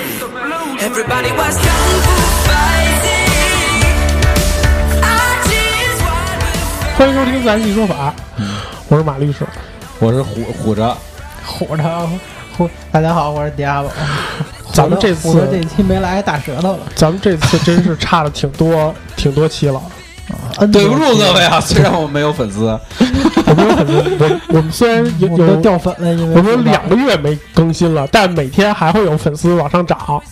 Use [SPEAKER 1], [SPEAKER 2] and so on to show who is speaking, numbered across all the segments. [SPEAKER 1] Everybody was kung fu fighting. Our tears wide with
[SPEAKER 2] 欢迎收听《自然系说法》，我是马律师，
[SPEAKER 3] 我是虎虎着，
[SPEAKER 4] 虎着虎， 大家好，我是迪亚宝。
[SPEAKER 2] 咱们这次
[SPEAKER 4] 虎着这期没来，大舌头了。
[SPEAKER 2] 咱们这次真是差了挺多， 挺多期了。
[SPEAKER 4] 嗯
[SPEAKER 3] 对不住各位啊！虽然我们没有粉丝，
[SPEAKER 2] 我们有很多，我我们虽然有
[SPEAKER 4] 我都
[SPEAKER 2] 有，
[SPEAKER 4] 掉粉了，因为
[SPEAKER 2] 我们有两个月没更新了，但每天还会有粉丝往上涨，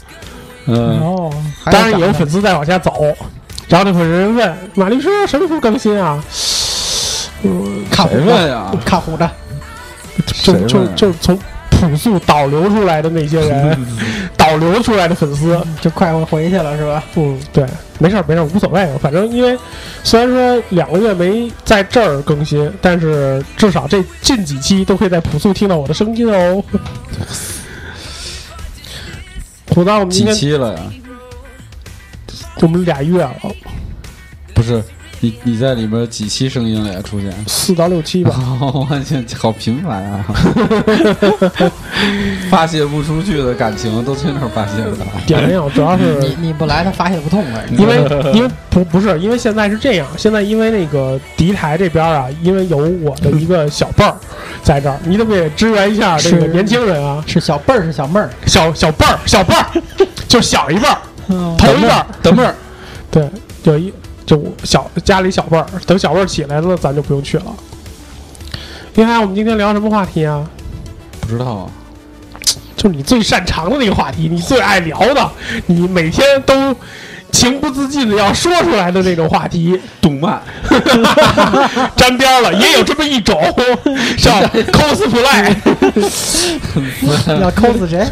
[SPEAKER 3] 嗯，
[SPEAKER 4] 哦，还
[SPEAKER 2] 当然也
[SPEAKER 4] 长
[SPEAKER 2] 有
[SPEAKER 4] 得
[SPEAKER 2] 粉丝在往下走。然后就会有人问马律师什么时候更新啊？
[SPEAKER 4] 看虎
[SPEAKER 3] 谁
[SPEAKER 4] 着，
[SPEAKER 3] 问呀？
[SPEAKER 4] 看虎着，
[SPEAKER 2] 就
[SPEAKER 3] 谁
[SPEAKER 2] 就
[SPEAKER 3] 问啊
[SPEAKER 2] 就从朴素导流出来的那些 人，导流出来的粉丝，
[SPEAKER 4] 就快回回去了是吧？
[SPEAKER 2] 嗯，对，没事儿没事儿，无所谓。反正因为虽然说两个月没在这儿更新，但是至少这近几期都可以在朴素听到我的声音哦。虎子，我们今
[SPEAKER 3] 几
[SPEAKER 2] 天
[SPEAKER 3] 期了呀？
[SPEAKER 2] 我们俩月了，
[SPEAKER 3] 不是你你在里边几期声音了呀？ 出现，
[SPEAKER 2] 四到六期吧。
[SPEAKER 3] 我发现好频繁啊！ 发泄不出去的感情都去那儿发泄了。
[SPEAKER 2] 也没有，主要是
[SPEAKER 4] 你你不来，他发泄不痛快。
[SPEAKER 2] 因为因为不不是，因为现在是这样，现在因为那个敌台这边啊，因为有我的一个小辈儿在这儿，你得不得支援一下这个
[SPEAKER 4] 是
[SPEAKER 2] 年轻人啊？
[SPEAKER 4] 是小辈儿是小妹儿，
[SPEAKER 2] 小小辈儿，小辈儿，就小一辈儿，头一辈儿，
[SPEAKER 3] 等会儿，
[SPEAKER 2] 对，有一就我小家里小辈儿，等小辈儿起来了，咱就不用去了。你看我们今天聊什么话题啊？
[SPEAKER 3] 不知道啊，
[SPEAKER 2] 就是你最擅长的那个话题，你最爱聊的，你每天都情不自禁的要说出来的那种话题，
[SPEAKER 3] 动漫
[SPEAKER 2] 沾边儿了，也有这么一种，叫 cosplay
[SPEAKER 4] 要抠死谁？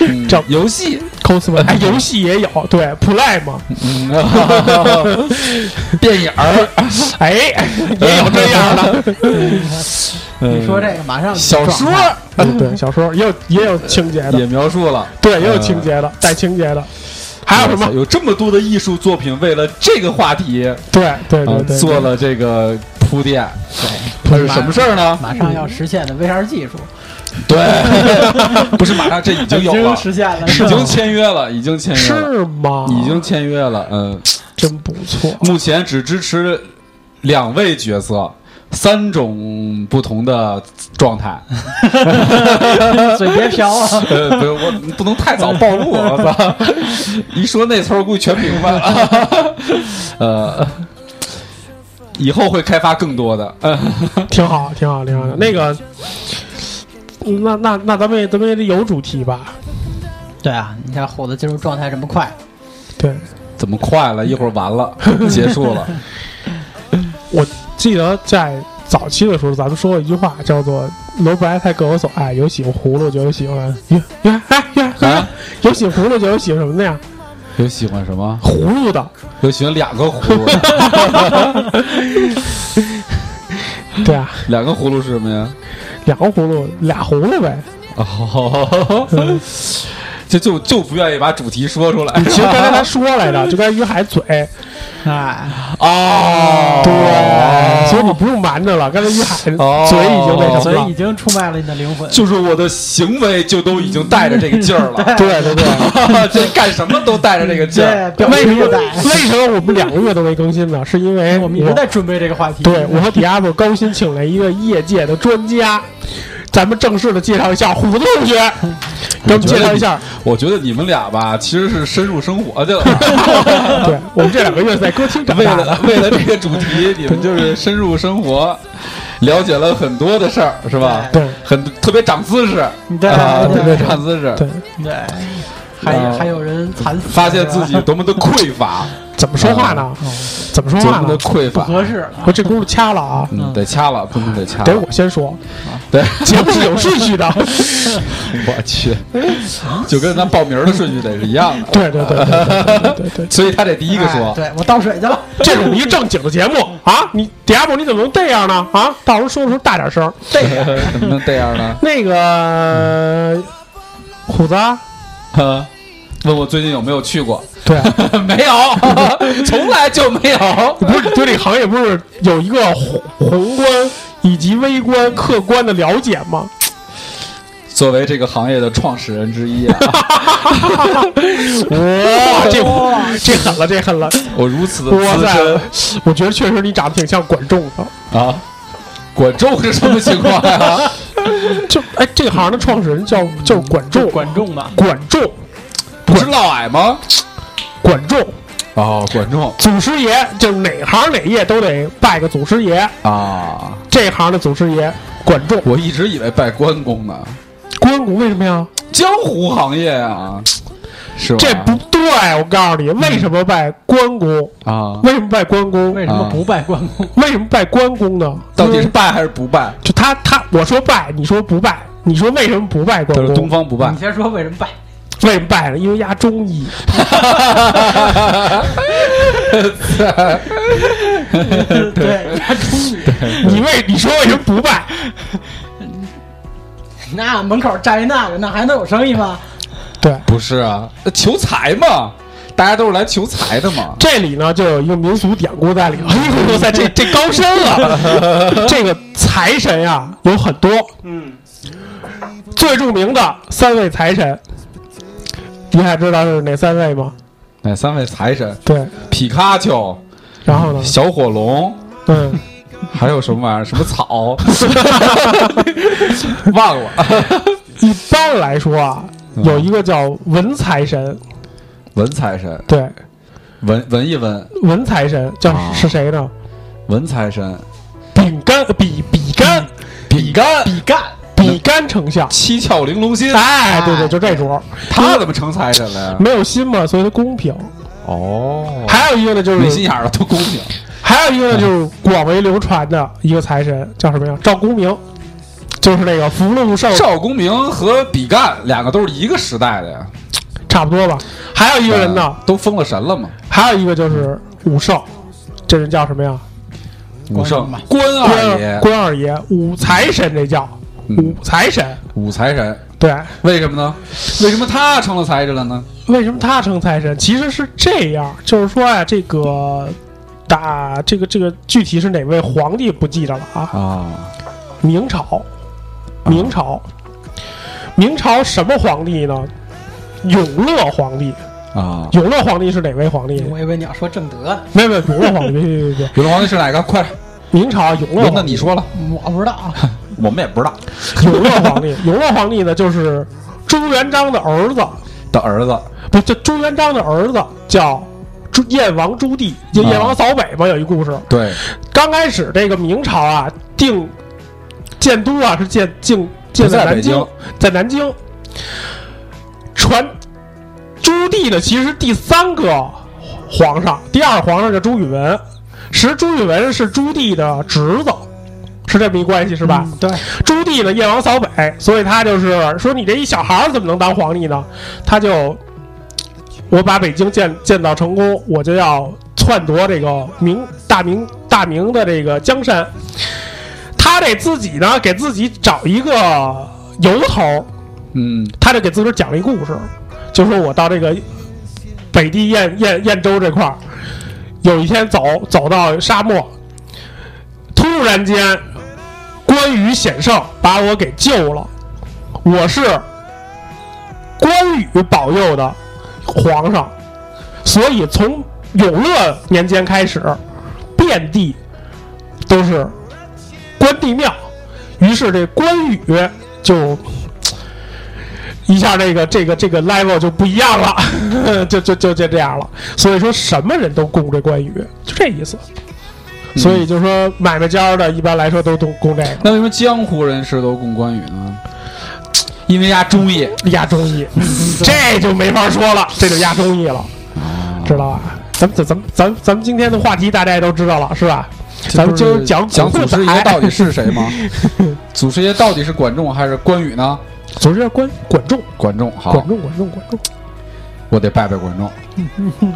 [SPEAKER 3] 嗯
[SPEAKER 2] 这
[SPEAKER 3] 游戏，
[SPEAKER 2] cosplay，哎， 游戏也有，对 play 嘛，
[SPEAKER 3] 嗯电影儿，
[SPEAKER 2] 哎，嗯 也有这样 的，
[SPEAKER 4] 你
[SPEAKER 3] 你
[SPEAKER 4] 说这个马上
[SPEAKER 3] 嗯小说
[SPEAKER 4] 撞上
[SPEAKER 2] 嗯 对，小说也有也有情节的
[SPEAKER 3] 也，描述了。
[SPEAKER 2] 对，也有情节的，带情节的，还有什么？
[SPEAKER 3] 有这么多的艺术作品为了这个话题
[SPEAKER 2] 对对
[SPEAKER 3] 啊
[SPEAKER 2] 对对，
[SPEAKER 3] 做了这个铺垫，它是什么事儿呢？
[SPEAKER 4] 马上要实现的 VR 技术
[SPEAKER 3] 对， 不是马上这已经
[SPEAKER 2] 啊
[SPEAKER 3] 有了，
[SPEAKER 4] 实 现了，
[SPEAKER 3] 已经签约了，已经签约了，
[SPEAKER 2] 是吗？
[SPEAKER 3] 已经签约了。嗯，
[SPEAKER 2] 真不错，
[SPEAKER 3] 目前只支持两位角色，三种不同的 状态。
[SPEAKER 4] 嘴别瓢了。
[SPEAKER 3] 呃，不是，我不能太早暴露，啊我操！一说那词儿，估计全明白了。 呃，以后会开发更多的。呃
[SPEAKER 2] 挺好，挺好，挺好的。那个，那那那咱们也咱们也得有主题吧？
[SPEAKER 4] 对啊，你看虎子进入状态这么快，
[SPEAKER 2] 对，
[SPEAKER 3] 怎么快了？一会儿完了，结 束了。
[SPEAKER 2] 记得在早期的时候，咱们说过一句话，叫做“萝卜白菜各有所爱，有喜欢葫芦就有喜欢有有哎有
[SPEAKER 3] 啊，
[SPEAKER 2] 有喜欢葫芦就有喜欢什么的呀？
[SPEAKER 3] 有喜欢什么？
[SPEAKER 2] 葫芦的，
[SPEAKER 3] 有喜欢两个 葫芦的，
[SPEAKER 2] 对啊，
[SPEAKER 3] 两个葫芦是什么呀？
[SPEAKER 2] 两个葫芦，俩葫芦呗。
[SPEAKER 3] 哦， 就就就不愿意把主题说出来。
[SPEAKER 2] 其实刚才他说来着，就该于海嘴，
[SPEAKER 4] 哎，
[SPEAKER 3] 哦，
[SPEAKER 2] 对，其实你不用瞒着了，刚才一喊，嘴已经
[SPEAKER 3] 哦
[SPEAKER 2] 那什么
[SPEAKER 4] 所以
[SPEAKER 2] 了
[SPEAKER 4] 已。经出卖了你的灵魂。
[SPEAKER 3] 就是我的行为就都已经带着这个劲儿了，
[SPEAKER 2] 对对对，
[SPEAKER 3] 这干什么都带着这个劲儿。
[SPEAKER 4] 对，表
[SPEAKER 2] 为什
[SPEAKER 4] 情
[SPEAKER 2] 么
[SPEAKER 4] 也在。
[SPEAKER 2] 为什么我们两个月都没更新呢？是因为
[SPEAKER 4] 哎我们一直在准备这个话题。
[SPEAKER 2] 对我和迪亚布高薪请来一个业界的专家，咱们正式的介绍一下虎子同学，给我们介绍一下。
[SPEAKER 3] 我觉得你们俩吧，其实是深入生活去啊 了。
[SPEAKER 2] 对我们这两个月在歌厅长
[SPEAKER 3] 为
[SPEAKER 2] 大的，
[SPEAKER 3] 了为了这个主题，你们就是深入生活，了解了很多的事儿，是吧？
[SPEAKER 2] 对
[SPEAKER 3] 很特别长姿势，
[SPEAKER 4] 对
[SPEAKER 3] 啊，特别
[SPEAKER 4] 对
[SPEAKER 3] 长姿势，
[SPEAKER 2] 对，
[SPEAKER 4] 对，还
[SPEAKER 2] 呃
[SPEAKER 3] 啊
[SPEAKER 4] 还有人惨死，
[SPEAKER 3] 发现自
[SPEAKER 4] 是
[SPEAKER 3] 己
[SPEAKER 4] 吧
[SPEAKER 3] 多么的匮乏，
[SPEAKER 2] 怎么说话呢？怎么说
[SPEAKER 3] 多
[SPEAKER 2] 话
[SPEAKER 3] 么
[SPEAKER 2] 呢
[SPEAKER 3] 的？匮
[SPEAKER 4] 不
[SPEAKER 3] 乏。
[SPEAKER 4] 合适了。
[SPEAKER 2] 我这功夫掐了啊！
[SPEAKER 3] 嗯，得掐了，不能得掐了。
[SPEAKER 2] 得我先说，
[SPEAKER 3] 对，
[SPEAKER 2] 节目是有顺序的。
[SPEAKER 3] 我去， 就跟咱报名的顺序得是一样的。
[SPEAKER 2] 对对对对对对对对，
[SPEAKER 3] 所以他得第一个
[SPEAKER 4] 哎
[SPEAKER 3] 说，
[SPEAKER 4] 对我倒水去了，
[SPEAKER 2] 这是我们一个正经的节目啊！你迪亚布你怎么能这样呢？啊，到时候说的时候大点声。
[SPEAKER 3] 怎么能这样呢？
[SPEAKER 2] 那个嗯虎子啊，
[SPEAKER 3] 啊问我最近有没有去过？
[SPEAKER 2] 对啊，
[SPEAKER 3] 没有， 从来就没有。
[SPEAKER 2] 不是对这个行业不是有一个宏宏观以及微观、客观的了解吗？
[SPEAKER 3] 作为这个行业的创始人之一啊，
[SPEAKER 2] 哇，哦这这狠了，这狠了！
[SPEAKER 3] 我如此的
[SPEAKER 2] 哇
[SPEAKER 3] 资深
[SPEAKER 2] 塞，我觉得确实你长得挺像管仲的。
[SPEAKER 3] 啊，管仲是什么情况呀？
[SPEAKER 2] 就哎，这个行的创始人叫叫管仲，管
[SPEAKER 4] 管仲吧，
[SPEAKER 2] 管仲，
[SPEAKER 3] 不是嫪毐吗？
[SPEAKER 2] 管仲，
[SPEAKER 3] 哦，管仲
[SPEAKER 2] 祖师爷，就是哪行哪业都得拜个祖师爷。
[SPEAKER 3] 啊，
[SPEAKER 2] 这行的祖师爷管仲，
[SPEAKER 3] 我一直以为拜关公呢，
[SPEAKER 2] 关公为什么呀？
[SPEAKER 3] 江湖行业啊，是吧？
[SPEAKER 2] 这不对，我告诉你，为什么拜关公？
[SPEAKER 3] 啊，
[SPEAKER 2] 为什么拜关公？
[SPEAKER 4] 为
[SPEAKER 2] 为
[SPEAKER 4] 什么
[SPEAKER 3] 啊
[SPEAKER 4] 不拜关公？
[SPEAKER 2] 什么拜关公呢？
[SPEAKER 3] 到底
[SPEAKER 2] 因
[SPEAKER 3] 是
[SPEAKER 2] 为
[SPEAKER 3] 拜还是不拜？
[SPEAKER 2] 就他他我说拜，你说不拜，你说为什么不拜关
[SPEAKER 3] 就是
[SPEAKER 2] 公？
[SPEAKER 3] 东方不败
[SPEAKER 4] 你，先说为什么拜？
[SPEAKER 2] 为什么拜呢？因为压中医。
[SPEAKER 4] 对，压中医。
[SPEAKER 2] 你为你说为什么不拜？
[SPEAKER 4] 那门口站一那个，那还能有生意吗？
[SPEAKER 2] 对，
[SPEAKER 3] 不是啊，那求财嘛，大家都是来求财的嘛。
[SPEAKER 2] 这里呢就有一个民俗典故在里头。哎呦哇塞，这这高深了！ 这个财神呀、有很多，嗯，最著名的三位财神，你还知道是哪三位吗？
[SPEAKER 3] 哪哎三位财神？
[SPEAKER 2] 对，
[SPEAKER 3] 皮卡丘、
[SPEAKER 2] 然后呢？
[SPEAKER 3] 小火龙，
[SPEAKER 2] 嗯，
[SPEAKER 3] 还有什么玩意儿？什么草？ 忘了。
[SPEAKER 2] 一般来说啊，
[SPEAKER 3] 嗯
[SPEAKER 2] 有一个叫文财神，
[SPEAKER 3] 文财神，
[SPEAKER 2] 对，
[SPEAKER 3] 文文一文，
[SPEAKER 2] 文财神叫
[SPEAKER 3] 啊
[SPEAKER 2] 是谁呢？
[SPEAKER 3] 文财神，
[SPEAKER 2] 饼干比比干
[SPEAKER 3] 比干，
[SPEAKER 2] 嗯比干比干丞相，
[SPEAKER 3] 七窍玲珑心，
[SPEAKER 2] 哎，对对，就这桌，
[SPEAKER 3] 他怎么成财神了呀？
[SPEAKER 2] 没有心嘛，所以他公平。
[SPEAKER 3] 哦，
[SPEAKER 2] 还有一个呢，就
[SPEAKER 3] 没嗯心
[SPEAKER 2] 是
[SPEAKER 3] 眼儿了，都公 平。
[SPEAKER 2] 还有一个呢，就是广为流传的一个财神叫什么呀？赵公明，就是那个福禄寿
[SPEAKER 3] 赵公明和比干两个都是一个时代的呀，哎
[SPEAKER 2] 差不多吧。还有一个人呢，
[SPEAKER 3] 都封了神了嘛？
[SPEAKER 2] 还有一个就是武圣，这人叫什么呀？
[SPEAKER 3] 武圣
[SPEAKER 4] 关、
[SPEAKER 3] 关二
[SPEAKER 2] 关
[SPEAKER 3] 爷、
[SPEAKER 2] 关二爷，武财神这叫武
[SPEAKER 3] 嗯
[SPEAKER 2] 财神。
[SPEAKER 3] 武财神，
[SPEAKER 2] 对，
[SPEAKER 3] 为什么呢？为什么他成了财神了呢？
[SPEAKER 2] 为什么他称财神？其实是这样，就是说呀、这个打这个这个具体是哪位皇帝不记得了啊？
[SPEAKER 3] 啊，
[SPEAKER 2] 明朝，明朝，明朝什么皇帝呢？永乐皇帝。
[SPEAKER 3] 啊，
[SPEAKER 2] 永乐皇帝是哪位皇帝？
[SPEAKER 4] 我以为你要说正德呢，
[SPEAKER 2] 没有没有，永乐皇帝，别别别别，
[SPEAKER 3] 有的皇帝是哪个？快点，
[SPEAKER 2] 明朝永乐
[SPEAKER 3] 轮到
[SPEAKER 2] 皇帝
[SPEAKER 3] 你，说了，
[SPEAKER 4] 我不知道啊。
[SPEAKER 3] 我们也不知道
[SPEAKER 2] 永 乐皇帝，永乐皇帝呢就是朱元璋的儿子，
[SPEAKER 3] 的儿子。
[SPEAKER 2] 不，这朱元璋的儿子叫朱燕王朱棣，就
[SPEAKER 3] 啊
[SPEAKER 2] 燕王扫北嘛，有一故事。
[SPEAKER 3] 对，
[SPEAKER 2] 刚开始这个明朝啊，定建都啊是建建建
[SPEAKER 3] 不在
[SPEAKER 2] 南
[SPEAKER 3] 北京
[SPEAKER 2] 京，在南京。传朱棣呢，其实第三个皇上，第二皇上叫朱允文，实朱允文是朱棣的侄子，是这么一关系是 吧？
[SPEAKER 4] 嗯对，
[SPEAKER 2] 朱棣呢，燕王扫北，所以他就是说你这一小孩儿怎么能当皇帝呢？他就我把北京建建造成功，我就要篡夺这个明大明大明的这个江山。他得自己呢，给自己找一个由头儿，
[SPEAKER 3] 嗯，
[SPEAKER 2] 他就给自个儿讲了一故事，就说我到这个北地燕燕燕州这块儿，有一天走走到沙漠，突突然间，关羽险胜把我给救了，我是关羽保佑的皇上，所以从永乐年间开始，遍地都是关帝庙，于是这关羽就。一下，这个这个这个 level 就不一样了， 就就就就这样了。所以说，什么人都供这关羽，就这意思。所以就说买卖家的，一般来说都都供这个
[SPEAKER 3] 那为什么江湖人士都供关羽呢？因为压忠义，
[SPEAKER 2] 压中医，这就没法说了，这就压中医了，知道吧？咱们咱咱咱咱们今天的话题大家也都知道了，是吧？咱们今儿讲
[SPEAKER 3] 讲
[SPEAKER 2] 古
[SPEAKER 3] 祖
[SPEAKER 2] 惑
[SPEAKER 3] 师
[SPEAKER 2] 仔
[SPEAKER 3] 爷到底是谁吗？祖师爷到底是管仲还是关羽呢？
[SPEAKER 2] 总之要关管仲，
[SPEAKER 3] 管仲好，
[SPEAKER 2] 管仲，管仲，管仲。
[SPEAKER 3] 我得拜拜管仲。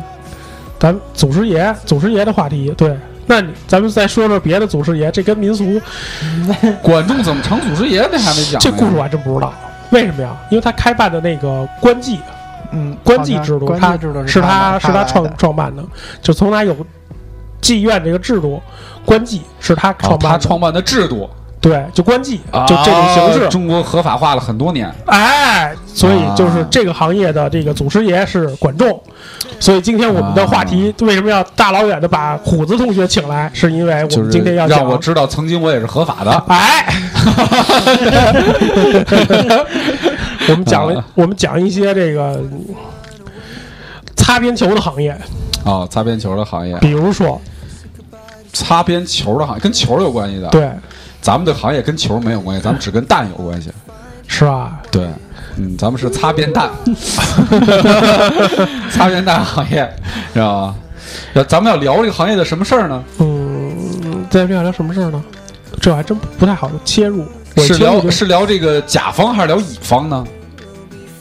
[SPEAKER 2] 咱们祖师爷，祖师爷的话题，对。那你咱们再说说别的祖师爷，这跟民俗
[SPEAKER 3] 管仲怎么成祖师爷？这还没讲呢。
[SPEAKER 2] 这故事我还真不知道，为什么呀？因为他开办的那个官妓，
[SPEAKER 4] 嗯，
[SPEAKER 2] 官妓制度，
[SPEAKER 4] 关
[SPEAKER 2] 他
[SPEAKER 4] 系制度
[SPEAKER 2] 是
[SPEAKER 4] 他
[SPEAKER 2] 他是他
[SPEAKER 4] 来
[SPEAKER 2] 创
[SPEAKER 4] 的
[SPEAKER 2] 创办的，就从他有妓院这个制度，官妓是他
[SPEAKER 3] 哦
[SPEAKER 2] 创办的，
[SPEAKER 3] 他创办的制度，
[SPEAKER 2] 对，就官妓就这种形式，
[SPEAKER 3] 啊中啊国合法化了很多年。
[SPEAKER 2] 哎，所以就是这个行业的这个祖师爷是管仲，所以今天我们的话题
[SPEAKER 3] 啊
[SPEAKER 2] 为什么要大老远的把虎子同学请来，是因为我
[SPEAKER 3] 就
[SPEAKER 2] 们
[SPEAKER 3] 是
[SPEAKER 2] 今天要
[SPEAKER 3] 让
[SPEAKER 2] 讲
[SPEAKER 3] 我知道，曾经我也是合法的。
[SPEAKER 2] 哎， 我们讲了
[SPEAKER 3] 啊，
[SPEAKER 2] 我们讲一些这个擦边球的行业，
[SPEAKER 3] 哦，擦边球的行业，
[SPEAKER 2] 比如说，
[SPEAKER 3] 擦边球的行业跟球有关系的。，
[SPEAKER 2] 对，
[SPEAKER 3] 咱们的行业跟球没有关系，咱们只跟蛋有关系。
[SPEAKER 2] 是吧？
[SPEAKER 3] 对，嗯，咱们是擦边蛋， 擦边蛋行业，知道吧？要咱们要聊这个行业的什么事儿呢？
[SPEAKER 2] 嗯，在这要聊什么事儿呢？这还真不太好切入，我
[SPEAKER 3] 是
[SPEAKER 2] 切入
[SPEAKER 3] 聊
[SPEAKER 2] 就是
[SPEAKER 3] 聊这个甲方还是聊乙方呢？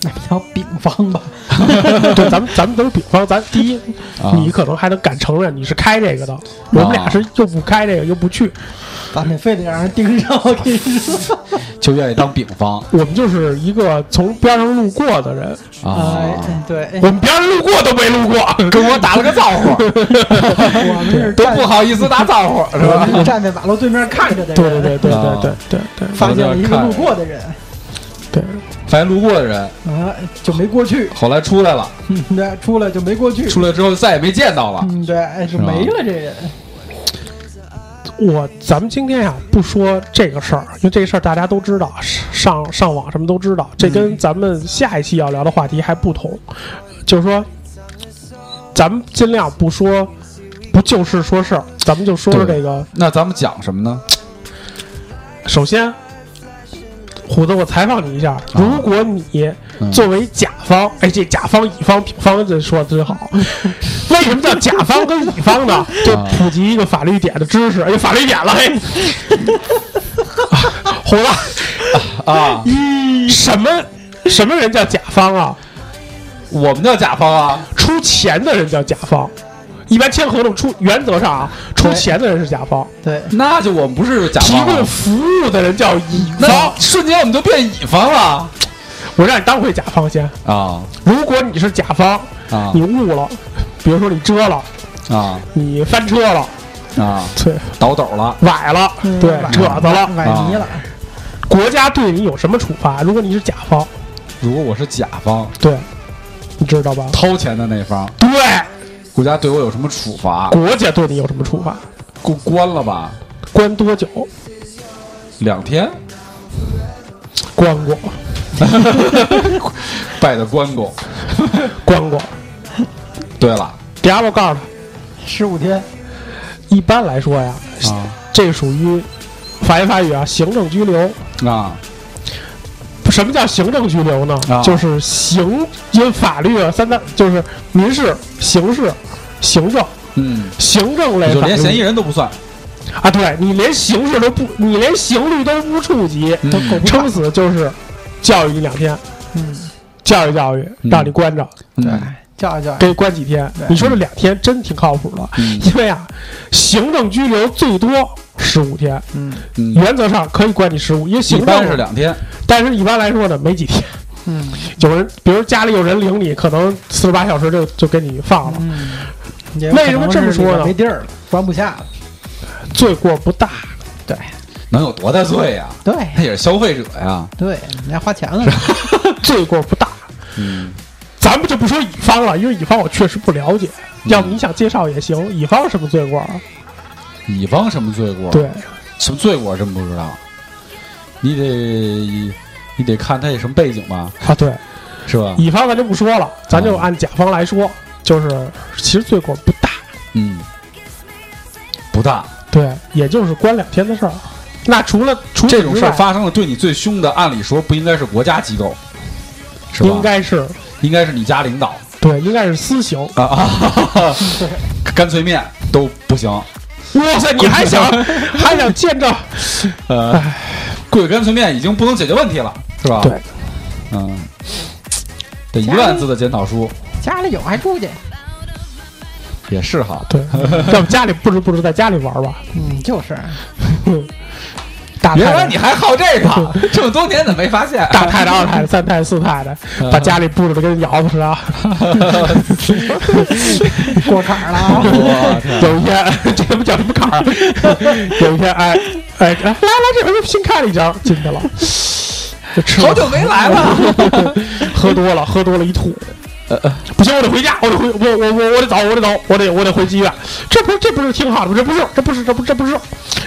[SPEAKER 4] 那比较丙方 吧，
[SPEAKER 2] 对，咱们咱们都是比方，咱第一，
[SPEAKER 3] 啊
[SPEAKER 2] 你可能还能敢承认你是开这个的，我们俩是又不开这个又不去，
[SPEAKER 4] 咱得非得让人盯上，我跟你 说。
[SPEAKER 3] 就愿意当丙方
[SPEAKER 2] 我们就是一个从边上路过的人，
[SPEAKER 3] 啊
[SPEAKER 4] 哎，对，
[SPEAKER 2] 哦 我们边上路过都没路过，跟我打了个招 呼，
[SPEAKER 4] 我们是
[SPEAKER 3] 都
[SPEAKER 4] 站
[SPEAKER 3] 不好意思打招呼，是
[SPEAKER 4] 我
[SPEAKER 3] 吧？
[SPEAKER 4] 们是站在马路对面看着的人，
[SPEAKER 2] 对对对对
[SPEAKER 3] 啊
[SPEAKER 2] 对对对对
[SPEAKER 4] 发现了一个路过的人，
[SPEAKER 2] 对，
[SPEAKER 3] 反正路过的人，
[SPEAKER 4] 啊，就没过去，
[SPEAKER 3] 后来出来了，
[SPEAKER 4] 嗯对，出来就没过去，
[SPEAKER 3] 出来之后再也没见到了。
[SPEAKER 4] 嗯，对，哎就是
[SPEAKER 3] 吧
[SPEAKER 4] 没了这人，
[SPEAKER 2] 我咱们今天呀、不说这个事儿，因为这事儿大家都知道，上上网什么都知道，这跟咱们下一期要聊的话题还不同，就是说，咱们尽量不说。不就事说事儿，咱们就说说
[SPEAKER 3] 对
[SPEAKER 2] 这个
[SPEAKER 3] 那咱们讲什么呢？
[SPEAKER 2] 首先，虎子，我采访你一下，如果你
[SPEAKER 3] 啊嗯
[SPEAKER 2] 作为甲方，哎，这甲方、乙方、丙方这说的真 好。为什么叫甲方跟乙方呢？
[SPEAKER 3] 啊
[SPEAKER 2] 就普及一个法律点的知识，哎， 法律点了，嘿、虎子，
[SPEAKER 3] 啊，
[SPEAKER 2] 什么什么人叫甲方啊？
[SPEAKER 3] 我们叫甲方啊，
[SPEAKER 2] 出钱的人叫甲方。一般签合同出原则上啊，出钱的人是甲方，
[SPEAKER 4] 对，
[SPEAKER 3] 那就我们不是甲
[SPEAKER 2] 提
[SPEAKER 3] 方
[SPEAKER 2] 供
[SPEAKER 3] 了，
[SPEAKER 2] 服务的人叫乙方
[SPEAKER 3] 那。瞬间我们就变乙方了
[SPEAKER 2] 我让你当回甲方先。
[SPEAKER 3] 啊
[SPEAKER 2] 如果你是甲方，
[SPEAKER 3] 啊
[SPEAKER 2] 你误了，比如说你遮了，
[SPEAKER 3] 啊
[SPEAKER 2] 你翻车了，
[SPEAKER 3] 啊！
[SPEAKER 2] 对，嗯
[SPEAKER 3] 倒斗了，啊
[SPEAKER 2] 崴了，对，扯子了，
[SPEAKER 4] 崴泥了，
[SPEAKER 2] 国家对你有什么处罚？如果你是甲方，
[SPEAKER 3] 如果我是甲方，
[SPEAKER 2] 对，你知道吧？
[SPEAKER 3] 掏钱的那方，
[SPEAKER 2] 对，
[SPEAKER 3] 国家对我有什么处罚？
[SPEAKER 2] 国家对你有什么处罚？
[SPEAKER 3] 给我关了吧，
[SPEAKER 2] 关多久？
[SPEAKER 3] 两天，
[SPEAKER 2] 关过，
[SPEAKER 3] 拜的关公。
[SPEAKER 2] 关过。
[SPEAKER 3] 对了
[SPEAKER 2] 第二，我告诉
[SPEAKER 4] 十五天，
[SPEAKER 2] 他，一般来说呀，
[SPEAKER 3] 啊
[SPEAKER 2] 这属于法言法语啊，行政拘留。
[SPEAKER 3] 啊
[SPEAKER 2] 什么叫行政拘留呢？
[SPEAKER 3] 啊
[SPEAKER 2] 就是行，因为法律啊三大就是民事、刑事、行政、
[SPEAKER 3] 嗯，
[SPEAKER 2] 行政类
[SPEAKER 3] 就
[SPEAKER 2] 法律。
[SPEAKER 3] 连嫌疑人都不算，
[SPEAKER 2] 啊，对你连刑事都不，你连刑律都不触及，
[SPEAKER 3] 嗯
[SPEAKER 4] 都够不
[SPEAKER 2] 撑死就是教育你两天，
[SPEAKER 4] 嗯，
[SPEAKER 2] 教育教育，
[SPEAKER 3] 嗯
[SPEAKER 2] 让你关着，
[SPEAKER 4] 对
[SPEAKER 3] 嗯，
[SPEAKER 4] 叫一叫，
[SPEAKER 2] 给关几天
[SPEAKER 4] 对。
[SPEAKER 2] 你说这两天真挺靠谱的，
[SPEAKER 3] 嗯
[SPEAKER 2] 因为啊，行政拘留最多十五天，
[SPEAKER 4] 嗯
[SPEAKER 3] 嗯，
[SPEAKER 2] 原则上可以关你十五，因为
[SPEAKER 3] 一
[SPEAKER 2] 行
[SPEAKER 3] 般是
[SPEAKER 2] 政，
[SPEAKER 3] 两天，
[SPEAKER 2] 但是一般来说呢，没几天。
[SPEAKER 4] 嗯
[SPEAKER 2] 有人，比如家里有人领你，可能四十八小时就就给你放了，
[SPEAKER 4] 嗯，也
[SPEAKER 2] 为什么这么说呢
[SPEAKER 3] 嗯
[SPEAKER 4] 可能是里边没地儿了，装不下了，
[SPEAKER 2] 罪过不大，
[SPEAKER 4] 对
[SPEAKER 3] 能有多大罪呀、
[SPEAKER 4] 对
[SPEAKER 3] 他也是消费者呀、
[SPEAKER 4] 对，人家花钱了，
[SPEAKER 2] 罪过不大。
[SPEAKER 3] 嗯，
[SPEAKER 2] 咱们就不说乙方了，因为乙方我确实不了解。
[SPEAKER 3] 嗯
[SPEAKER 2] 要不你想介绍也行，乙方什么罪过啊？
[SPEAKER 3] 乙方什么罪过？
[SPEAKER 2] 对，
[SPEAKER 3] 什么罪过真不知道。你得你得看他有什么背景吧，
[SPEAKER 2] 啊对，
[SPEAKER 3] 是吧？
[SPEAKER 2] 乙方咱就不说了，咱
[SPEAKER 3] 哦
[SPEAKER 2] 就按甲方来说，就是其实罪过不大，
[SPEAKER 3] 嗯，不大。
[SPEAKER 2] 对，也就是关两天的事儿。那除了除此
[SPEAKER 3] 这种
[SPEAKER 2] 之
[SPEAKER 3] 事儿
[SPEAKER 2] 外，
[SPEAKER 3] 发生了，对你最凶的，按理说不应该是国家机构，是吧？
[SPEAKER 2] 应该是
[SPEAKER 3] 应该是你家领导
[SPEAKER 2] 对，应该是私刑。
[SPEAKER 3] 啊 啊，干脆面都不行。
[SPEAKER 2] 哇塞，你还想还想见着？
[SPEAKER 3] 呃，贵干脆面已经不能解决问题了，是吧？
[SPEAKER 2] 对，
[SPEAKER 3] 嗯，得一万字的检讨书
[SPEAKER 4] 家里有还出去，
[SPEAKER 3] 也是哈。
[SPEAKER 2] 对，要不家里布置布置，在家里玩吧。
[SPEAKER 4] 嗯，就是
[SPEAKER 2] 大太
[SPEAKER 3] 原来
[SPEAKER 2] 太
[SPEAKER 3] 你还好这个，这么多年怎么没发现？
[SPEAKER 2] 大太太、二太太、三太太、四太
[SPEAKER 3] 嗯
[SPEAKER 2] 太，把家里布置的跟窑子似的。
[SPEAKER 4] 过坎儿了 啊，
[SPEAKER 3] 我天
[SPEAKER 2] 有一天，这他妈叫什么坎儿啊？ 有一天，哎哎，来来这边新开了一家，进去了，就吃了
[SPEAKER 3] 好久没来了。
[SPEAKER 2] 喝多了，喝多了一吐。不行，我得回家，我得回，我我我我得走，我得走，我得我得回妓院。这不是这不是挺好的吗？这不是这不是这不这不是，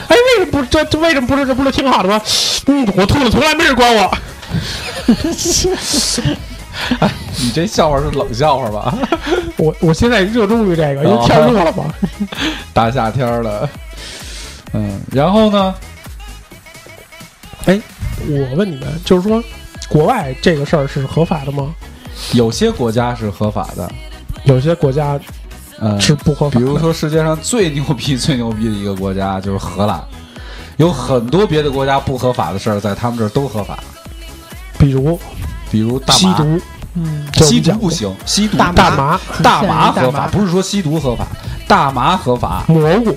[SPEAKER 2] 哎，为什么不这这为什么不是这不是挺好的吗？嗯，我吐了，从来没人管我。
[SPEAKER 3] 你这笑话是冷笑话吧？
[SPEAKER 2] 我我现在热衷于这个，因为天热了嘛。
[SPEAKER 3] 大夏天儿的，嗯，然后呢？
[SPEAKER 2] 我问你们，就是说，国外这个事儿是合法的吗？
[SPEAKER 3] 有些国家是合法的，
[SPEAKER 2] 有些国家
[SPEAKER 3] 嗯，
[SPEAKER 2] 是不合法
[SPEAKER 3] 比
[SPEAKER 2] 的。
[SPEAKER 3] 如说世界上最牛逼、最牛逼的一个国家就是荷兰，有很多别的国家不合法的事儿，在他们这儿都合法，
[SPEAKER 2] 比如
[SPEAKER 3] 比如大
[SPEAKER 2] 吸
[SPEAKER 3] 麻。
[SPEAKER 2] 毒，
[SPEAKER 4] 嗯，
[SPEAKER 2] 这我
[SPEAKER 3] 吸
[SPEAKER 2] 们
[SPEAKER 3] 毒
[SPEAKER 2] 讲过
[SPEAKER 3] 不行，吸毒
[SPEAKER 4] 大
[SPEAKER 2] 大
[SPEAKER 4] 麻
[SPEAKER 2] 麻、
[SPEAKER 3] 大麻合
[SPEAKER 4] 大
[SPEAKER 3] 法，
[SPEAKER 4] 麻
[SPEAKER 3] 不是说吸毒合法，大麻合法。
[SPEAKER 2] 蘑菇，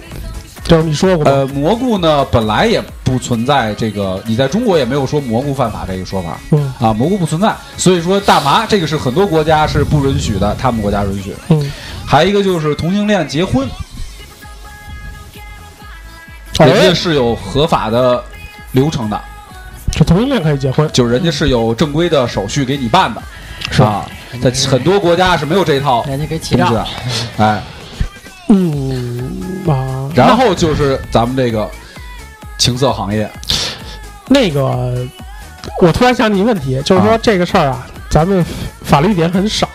[SPEAKER 2] 就是你说过吗？
[SPEAKER 3] 呃，蘑菇呢，本来也不存在这个，你在中国也没有说蘑菇犯法这个说法
[SPEAKER 2] 嗯
[SPEAKER 3] 啊，蘑菇不存在，所以说大麻这个是很多国家是不允许的，他们国家允许。
[SPEAKER 2] 嗯，
[SPEAKER 3] 还有一个就是同性恋结婚，人
[SPEAKER 2] 哎
[SPEAKER 3] 家，是有合法的流程的，
[SPEAKER 2] 这同性恋可以结婚，
[SPEAKER 3] 就是人家是有正规的手续给你办的，
[SPEAKER 2] 是
[SPEAKER 3] 啊，在很多国家是没有这套
[SPEAKER 4] 人家给起
[SPEAKER 3] 东
[SPEAKER 4] 照
[SPEAKER 3] 西，的，哎，
[SPEAKER 2] 嗯啊，
[SPEAKER 3] 然后就是咱们这个情色行业，
[SPEAKER 2] 那个，我突然想起一个问题，就是说
[SPEAKER 3] 啊
[SPEAKER 2] 这个事儿啊，咱们法律点很少。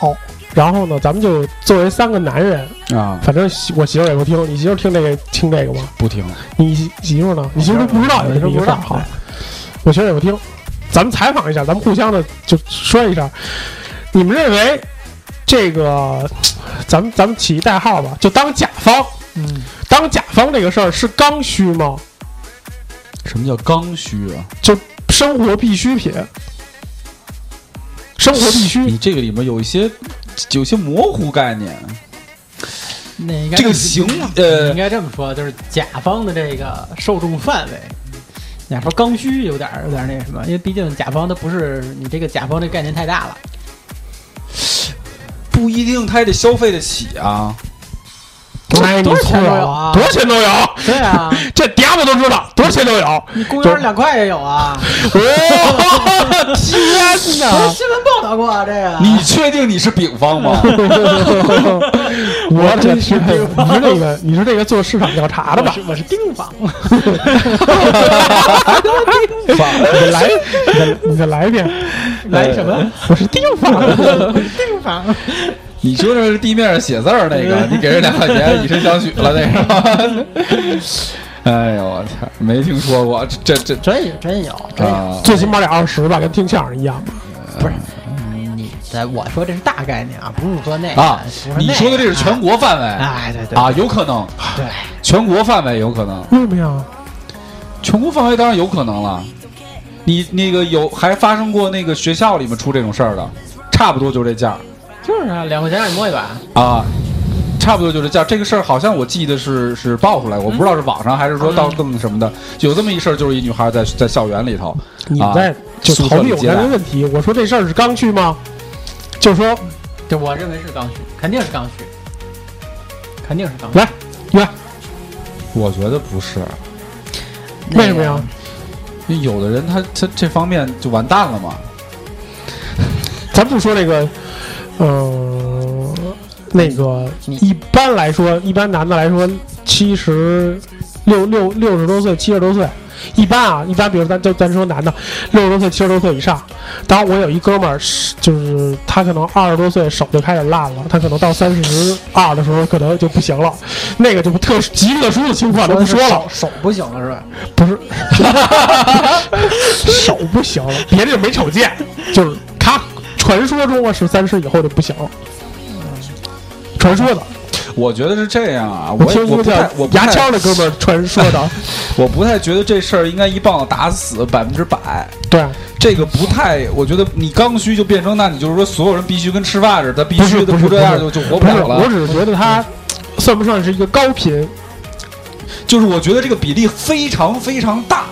[SPEAKER 2] 然后呢，咱们就作为三个男人，
[SPEAKER 3] 啊，
[SPEAKER 2] 反正媳我媳妇儿也不听，你媳妇儿听这个听这个吗？
[SPEAKER 3] 不停，
[SPEAKER 2] 你媳媳妇儿呢？你媳妇儿都不知道有这么一个事儿，好，我媳妇儿也不听。咱们采访一下，咱们互相的就说一下，你们认为这个，咱们咱们起一代号吧，就当甲方，
[SPEAKER 4] 嗯，
[SPEAKER 2] 当甲方这个事儿是刚需吗？
[SPEAKER 3] 什么叫刚需啊？
[SPEAKER 2] 就生活必需品，生活必须。
[SPEAKER 3] 你这个里面有一些有些模糊概念，
[SPEAKER 4] 那应该
[SPEAKER 3] 这个
[SPEAKER 4] 是嗯
[SPEAKER 3] 行
[SPEAKER 4] 应
[SPEAKER 3] 呃，
[SPEAKER 4] 该这么说，就是甲方的这个受众范围。你说刚需有点儿有点儿那什么，因为毕竟甲方它不是你这个甲方这个概念太大了，
[SPEAKER 3] 不一定他也得消费得起啊。
[SPEAKER 2] 哎，你
[SPEAKER 4] 多少钱
[SPEAKER 2] 错
[SPEAKER 4] 都有
[SPEAKER 2] 了
[SPEAKER 4] 啊
[SPEAKER 2] 多少钱都有，
[SPEAKER 4] 对啊，
[SPEAKER 2] 这嗲我都知道，多少钱都有。
[SPEAKER 4] 你公园儿两块也有啊，
[SPEAKER 2] 哦，天
[SPEAKER 4] 不是
[SPEAKER 2] 哪！
[SPEAKER 4] 新闻报道过啊这个。
[SPEAKER 3] 你确定你是丙方吗？
[SPEAKER 2] 我的天，你是这个 你是这个做市场调查的
[SPEAKER 4] 我
[SPEAKER 2] 吧
[SPEAKER 4] 是？我是丁方，
[SPEAKER 2] 你再来，你再你再来一遍。
[SPEAKER 4] 来什 么？
[SPEAKER 2] 我是地方 的，
[SPEAKER 4] 丁方，
[SPEAKER 3] 你说这是地面上写字儿那个，你给人两块钱，以身相许了那个。 哎呦我天，没听说过这这这
[SPEAKER 4] 真有真有真有，
[SPEAKER 3] 啊！
[SPEAKER 2] 最起码得二十吧，跟听相声一样。
[SPEAKER 4] 不是你在我说这是大概念啊，不是说
[SPEAKER 2] 哎
[SPEAKER 4] 那个
[SPEAKER 3] 啊
[SPEAKER 4] 不是，
[SPEAKER 3] 你
[SPEAKER 4] 那
[SPEAKER 3] 说的这是全国范围
[SPEAKER 4] 啊哎对对
[SPEAKER 3] 啊，有可能
[SPEAKER 4] 对，
[SPEAKER 3] 全国范围有可能，
[SPEAKER 2] 为什么呀？
[SPEAKER 3] 全国范围当然有可能了。你那个有还发生过那个学校里面出这种事儿的，差不多就这价儿
[SPEAKER 4] 就是啊，两块钱让你摸一把，
[SPEAKER 3] 啊，差不多就这价儿。这个事儿好像我记得是是爆出来，我不知道是网上还是说
[SPEAKER 2] 嗯
[SPEAKER 3] 到更什么的，有这么一事儿，就是一女孩在在校园里头，
[SPEAKER 2] 你
[SPEAKER 3] 啊
[SPEAKER 2] 在就
[SPEAKER 3] 宿舍
[SPEAKER 2] 逃避
[SPEAKER 3] 里
[SPEAKER 2] 我
[SPEAKER 3] 接
[SPEAKER 2] 刚才
[SPEAKER 3] 待
[SPEAKER 2] 问题。我说这事儿是刚需吗？就说
[SPEAKER 4] 这我认为是刚需，肯定是刚需，肯定是刚需。
[SPEAKER 2] 来，来，
[SPEAKER 3] 我觉得不是，
[SPEAKER 4] 那个
[SPEAKER 2] 为什么呀？
[SPEAKER 3] 因为有的人他他这方面就完蛋了嘛。
[SPEAKER 2] 咱不说这个，嗯、那个
[SPEAKER 4] 你
[SPEAKER 2] 一般来说，一般男的来说，七十六六六十多岁，七十多岁，一般啊，一般，比如咱就咱说男的，六十多岁、七十多岁以上。当然，我有一哥们儿是，就是他可能二十多岁手就开始烂了，他可能到三十二的时候可能就不行了，那个就不特极特殊的情况就不说了，
[SPEAKER 4] 手手不行了是吧？
[SPEAKER 2] 不 是，手不行了，别的就没瞅见，就是咔，传说中啊是三十以后就不行了，传说的，
[SPEAKER 3] 我觉得是这样啊，
[SPEAKER 2] 我
[SPEAKER 3] 我也
[SPEAKER 2] 听
[SPEAKER 3] 我
[SPEAKER 2] 说
[SPEAKER 3] 不
[SPEAKER 2] 叫
[SPEAKER 3] 太我不
[SPEAKER 2] 牙
[SPEAKER 3] 太
[SPEAKER 2] 签儿的哥们儿传说 的，
[SPEAKER 3] 我不太觉得这事儿应该一棒子打死百分之百。
[SPEAKER 2] 对，
[SPEAKER 3] 这个不太，我觉得你刚需就变成，那你就是说所有人必须跟吃饭似的，他必
[SPEAKER 2] 不
[SPEAKER 3] 须
[SPEAKER 2] 是
[SPEAKER 3] 的
[SPEAKER 2] 不是
[SPEAKER 3] 这样
[SPEAKER 2] 不
[SPEAKER 3] 就是就活
[SPEAKER 2] 不是，
[SPEAKER 3] 了
[SPEAKER 2] 我只是觉得他算不上是一个高频，
[SPEAKER 3] 就是我觉得这个比例非常非常大，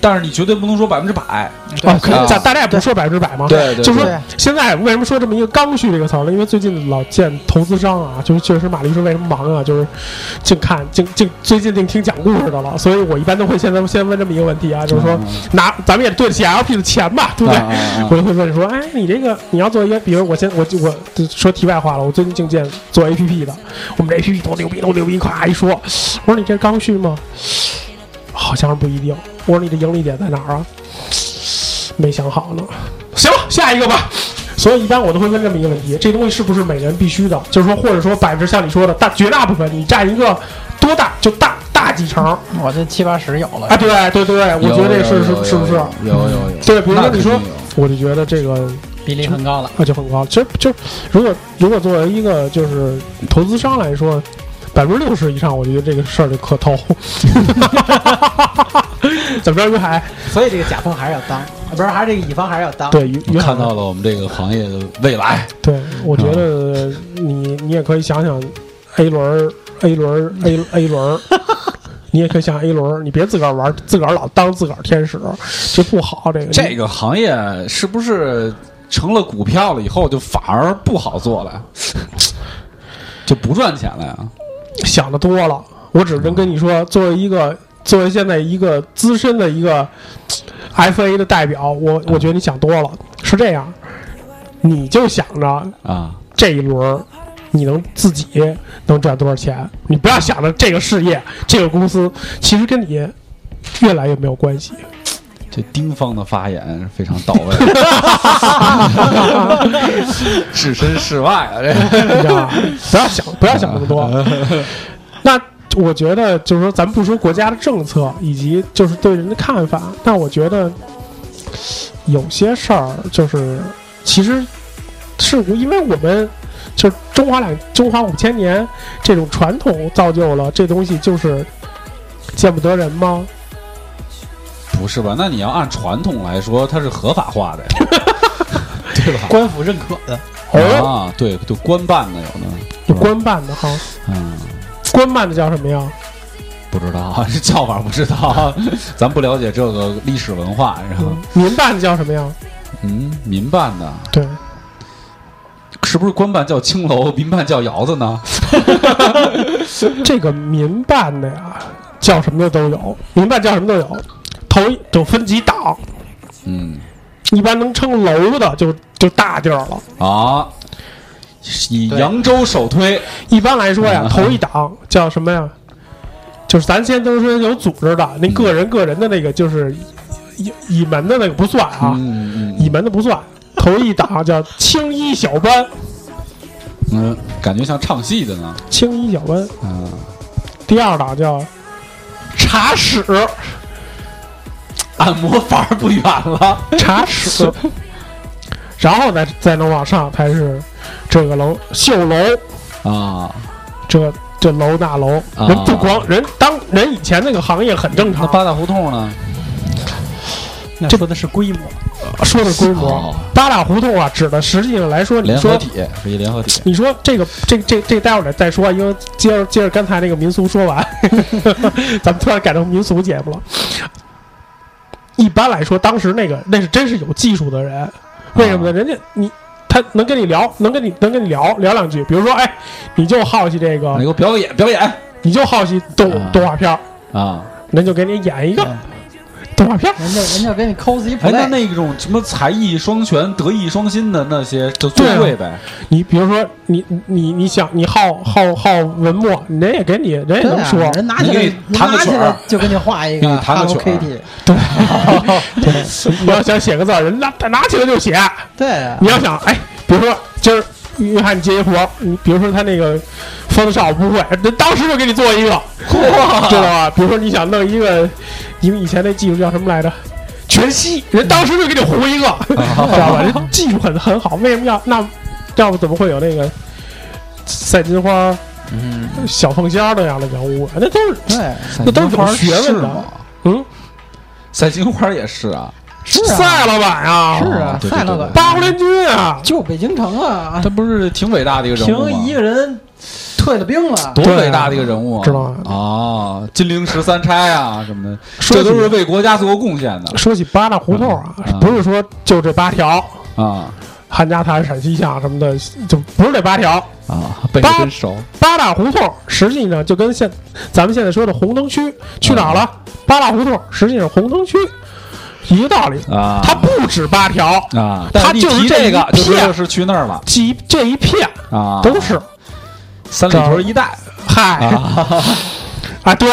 [SPEAKER 3] 但是你绝对不能说百分之百。
[SPEAKER 2] 啊，可
[SPEAKER 3] 啊
[SPEAKER 2] 以，咱大家也不说百分之百嘛，
[SPEAKER 3] 对对
[SPEAKER 2] 就说
[SPEAKER 4] 对
[SPEAKER 2] 现在为什么说这么一个刚需这个词儿呢？因为最近老见投资商啊，就是确实马律师为什么忙啊，就是净看净净最近净听讲故事的了，所以我一般都会现在先问这么一个问题啊，就是说
[SPEAKER 3] 嗯
[SPEAKER 2] 拿咱们也对得起 LP 的钱吧，对不对
[SPEAKER 3] 嗯嗯嗯？
[SPEAKER 2] 我就会问说，哎，你这个你要做一个，比如我先我就我就说题外话了，我最近净见做 APP 的，我们这 APP 多牛逼多牛逼，夸一说，我说你这刚需吗？好像是不一定。我说你的盈利点在哪儿啊？没想好呢。行，下一个吧。所以一般我都会问这么一个问题：这东西是不是每人必须的？就是说，或者说百分之像你说的大绝大部分，你占一个多大就大大几成？
[SPEAKER 4] 我这七八十有了
[SPEAKER 2] 哎，，对对对，我觉得这是
[SPEAKER 3] 有有有
[SPEAKER 2] 是是不是？
[SPEAKER 3] 有有有？
[SPEAKER 2] 对，比如
[SPEAKER 3] 那
[SPEAKER 2] 说
[SPEAKER 3] 肯
[SPEAKER 2] 你
[SPEAKER 3] 定
[SPEAKER 2] 说
[SPEAKER 3] 有，
[SPEAKER 2] 我就觉得这个
[SPEAKER 4] 比例很高了。
[SPEAKER 2] 啊就很高。其实就如果如果作为一个就是投资商来说，百分之六十以上，我觉得这个事儿就可投。 怎么着，于海？
[SPEAKER 5] 啊
[SPEAKER 4] 所以这个甲方还是要当，不是还是这个乙方还是要当。
[SPEAKER 2] 对，于于海
[SPEAKER 5] 看到了我啊们这个行业的未来。
[SPEAKER 2] 对，我觉得你你也可以想想 A 轮儿 A 轮儿 A A 轮儿， 你也可以想 A 轮儿，你别自个儿玩儿，自个儿老当自个儿天使，这不好。这个
[SPEAKER 3] 这个行业是不是成了股票了以后就反而不好做了呀？ 就不赚钱了呀？
[SPEAKER 2] 你想的多了，我只能跟你说，作为一个作为现在一个资深的一个 FA 的代表，我我觉得你想多了，是这样，你就想着
[SPEAKER 3] 啊，
[SPEAKER 2] 这一轮儿你能自己能赚多少钱？你不要想着这个事业、这个公司，其实跟你越来越没有关系。
[SPEAKER 3] 这丁方的发言是非常到位， 置身事外啊，这个
[SPEAKER 2] 你知道吧？不要想，不要想那么 多。那我觉得就是说，咱们不说国家的政策以及就是对人的看法，但我觉得有些事儿就是其实是因为我们。就是中华两中华五千年这种传统造就了这东西，就是见不得人吗？
[SPEAKER 3] 不是吧？那你要按传统来说，它是合法化 的，对吧？
[SPEAKER 4] 官府认可的，
[SPEAKER 2] 哦，
[SPEAKER 3] 啊，对，就官办的有呢，
[SPEAKER 2] 有官办的哈，
[SPEAKER 3] 嗯，
[SPEAKER 2] 官办的叫什么呀？
[SPEAKER 3] 不知 道这叫法不知道， 咱不了解这个历史文化，然后
[SPEAKER 2] 嗯，民办的叫什么呀？
[SPEAKER 3] 嗯，民办的
[SPEAKER 2] 对，
[SPEAKER 3] 是不是官办叫青楼，民办叫窑子呢？
[SPEAKER 2] 这个民办的呀，叫什么的都有，民办叫什么都有，头一就分几档，
[SPEAKER 3] 嗯
[SPEAKER 2] 一般能称楼的就就大地儿了。
[SPEAKER 3] 啊，以
[SPEAKER 4] 对
[SPEAKER 3] 扬州首推，
[SPEAKER 2] 一般来说呀，
[SPEAKER 3] 嗯
[SPEAKER 2] 头一档叫什么呀？就是咱先都说有组织的，
[SPEAKER 3] 嗯
[SPEAKER 2] 那个人个人的那个就是以以门的那个不算啊，
[SPEAKER 3] 嗯嗯
[SPEAKER 2] 以门的不算。头一档叫青衣小班，
[SPEAKER 3] 嗯，感觉像唱戏的呢，
[SPEAKER 2] 青衣小班。
[SPEAKER 3] 嗯。
[SPEAKER 2] 第二档叫茶室，
[SPEAKER 3] 按摩反而不远了。
[SPEAKER 2] 茶室，然后再再能往上才是这个楼绣楼，
[SPEAKER 3] 啊，
[SPEAKER 2] 这这楼那楼，
[SPEAKER 3] 啊
[SPEAKER 2] 人不光人当人以前那个行业很正
[SPEAKER 3] 那
[SPEAKER 2] 常，
[SPEAKER 3] 八大胡同呢？
[SPEAKER 4] 那说的是规模。
[SPEAKER 2] 说的规模
[SPEAKER 3] 哦，
[SPEAKER 2] 八大胡同啊，指的实际上来说，你
[SPEAKER 3] 联合
[SPEAKER 2] 说
[SPEAKER 3] 体是一联合体。
[SPEAKER 2] 你说这个这这这待会儿再说啊，因为接着接着刚才那个民俗说完， 咱们突然改成民俗节目了。一般来说，当时那个那是真是有技术的人，为什么呢？
[SPEAKER 4] 啊
[SPEAKER 2] 人家你他能跟你聊，能跟你能跟你聊聊两句，比如说，哎，你就好奇这
[SPEAKER 3] 你
[SPEAKER 2] 个，
[SPEAKER 3] 给我表演表演
[SPEAKER 2] 你就好奇动
[SPEAKER 3] 啊
[SPEAKER 2] 动画片儿，
[SPEAKER 3] 啊！
[SPEAKER 2] 人就给你演一个
[SPEAKER 4] 嗯
[SPEAKER 2] 动画片儿。
[SPEAKER 4] 人家人家给你抠自己
[SPEAKER 3] 哎，
[SPEAKER 4] play，
[SPEAKER 3] 那那种什么才艺双全、德艺双馨的那些，就最
[SPEAKER 2] 对啊
[SPEAKER 3] 贵 呗。
[SPEAKER 2] 你比如说，你你你想你好好好文墨，人也给你人也
[SPEAKER 4] 对
[SPEAKER 2] 能
[SPEAKER 4] 啊
[SPEAKER 2] 说，
[SPEAKER 4] 人拿起
[SPEAKER 3] 你
[SPEAKER 4] 来
[SPEAKER 3] 给弹个
[SPEAKER 4] 拿起
[SPEAKER 3] 曲儿
[SPEAKER 4] 来就给你画一
[SPEAKER 3] 给
[SPEAKER 4] 个
[SPEAKER 3] 你弹个
[SPEAKER 4] Hello
[SPEAKER 3] 曲儿
[SPEAKER 4] Kitty，
[SPEAKER 2] 你要想写个字儿，人拿拿起来就写。
[SPEAKER 4] 对啊
[SPEAKER 2] 你，要想，哎，比如说今儿约翰接一活儿，你比如说他那个 Photoshop 不会，那当时就给你做一个，知道吧？比如说你想弄一个，你们以前那技术叫什么来着？全息，人当时就给你糊一个，知道吧？人技术很很好，为什么要那？要不怎么会有那个赛金花、
[SPEAKER 3] 嗯，
[SPEAKER 2] 小凤仙儿那样的人物？啊那都是
[SPEAKER 3] 哦
[SPEAKER 4] 对，
[SPEAKER 2] 那都是有学问的嗯，
[SPEAKER 3] 赛金花也是啊，
[SPEAKER 4] 是啊，
[SPEAKER 2] 赛老板啊
[SPEAKER 4] 是，
[SPEAKER 3] 哦
[SPEAKER 4] 啊，
[SPEAKER 3] 对对
[SPEAKER 4] 赛老
[SPEAKER 3] 对
[SPEAKER 4] 板
[SPEAKER 2] 八国联军啊，
[SPEAKER 4] 就北京城啊
[SPEAKER 3] 他，不是挺伟大的一个人物吗？
[SPEAKER 4] 凭一个人退了兵了，
[SPEAKER 3] 多
[SPEAKER 2] 对啊
[SPEAKER 3] 伟大的一个人物啊！
[SPEAKER 2] 知道吗
[SPEAKER 3] 啊，金陵十三钗啊什么的，
[SPEAKER 2] 说
[SPEAKER 3] 这
[SPEAKER 2] 起
[SPEAKER 3] 都是为国家做过贡献的
[SPEAKER 2] 说起八大胡同啊
[SPEAKER 3] 嗯，嗯
[SPEAKER 2] 不是说就这八条，
[SPEAKER 3] 啊
[SPEAKER 2] 韩家滩、陕西巷什么的，就不是这八条。
[SPEAKER 3] 啊！背的
[SPEAKER 2] 八
[SPEAKER 3] 真熟，
[SPEAKER 2] 八大胡同实际上就跟现咱们现在说的红灯区去哪儿了？八大胡同实际上红灯区一个道理
[SPEAKER 3] 啊
[SPEAKER 2] 它不止八条，
[SPEAKER 3] 啊！
[SPEAKER 2] 他
[SPEAKER 3] 但一
[SPEAKER 2] 就是
[SPEAKER 3] 提
[SPEAKER 2] 这
[SPEAKER 3] 这
[SPEAKER 2] 一
[SPEAKER 3] 个，就知
[SPEAKER 2] 片
[SPEAKER 3] 道是去那儿了
[SPEAKER 2] 这一这一片
[SPEAKER 3] 啊，
[SPEAKER 2] 都是。哎
[SPEAKER 3] 三里屯一带
[SPEAKER 2] 嗨
[SPEAKER 3] 啊，
[SPEAKER 2] 啊， 对，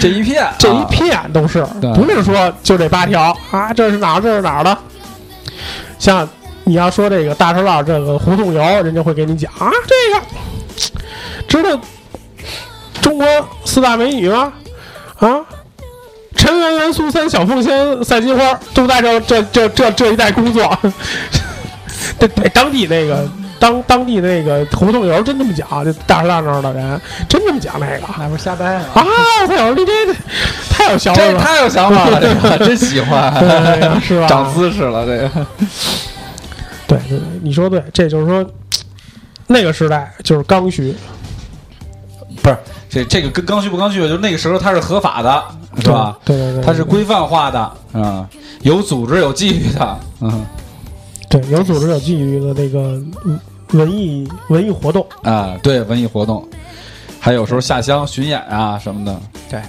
[SPEAKER 3] 这一片啊
[SPEAKER 2] 这一片都是，
[SPEAKER 3] 对
[SPEAKER 2] 不是说就这八条啊，这是哪儿？这是哪儿的？像你要说这个大栅栏这个胡同游，人家会给你讲啊，这个知道中国四大美女吗？啊，陈圆圆、苏三、小凤仙、赛金花都在这这这这这一带工作。 这这当地那个当当地那个胡同游真这么讲，这大栅栏那儿的人真这么讲那个。
[SPEAKER 4] 那不是瞎掰吗？
[SPEAKER 2] 啊，他有这这太有想法
[SPEAKER 3] 这
[SPEAKER 2] 了，
[SPEAKER 3] 太有想法了，这 个真喜
[SPEAKER 2] 对
[SPEAKER 3] 欢，
[SPEAKER 2] 哎呀是吧？
[SPEAKER 3] 长姿势了，这个
[SPEAKER 2] 对对，对你说对，这就是说那个时代就是刚需，
[SPEAKER 3] 不是这这个跟刚需不刚需，就是那个时候它是合法的，是吧？
[SPEAKER 2] 对对对，
[SPEAKER 3] 它是
[SPEAKER 2] 规
[SPEAKER 3] 规范化的，嗯，有组织有纪律的，嗯
[SPEAKER 2] 对有组织有纪律的那个嗯文艺文艺活动，
[SPEAKER 3] 啊，对文艺活动，还有时候下乡巡演啊什么的，
[SPEAKER 4] 对，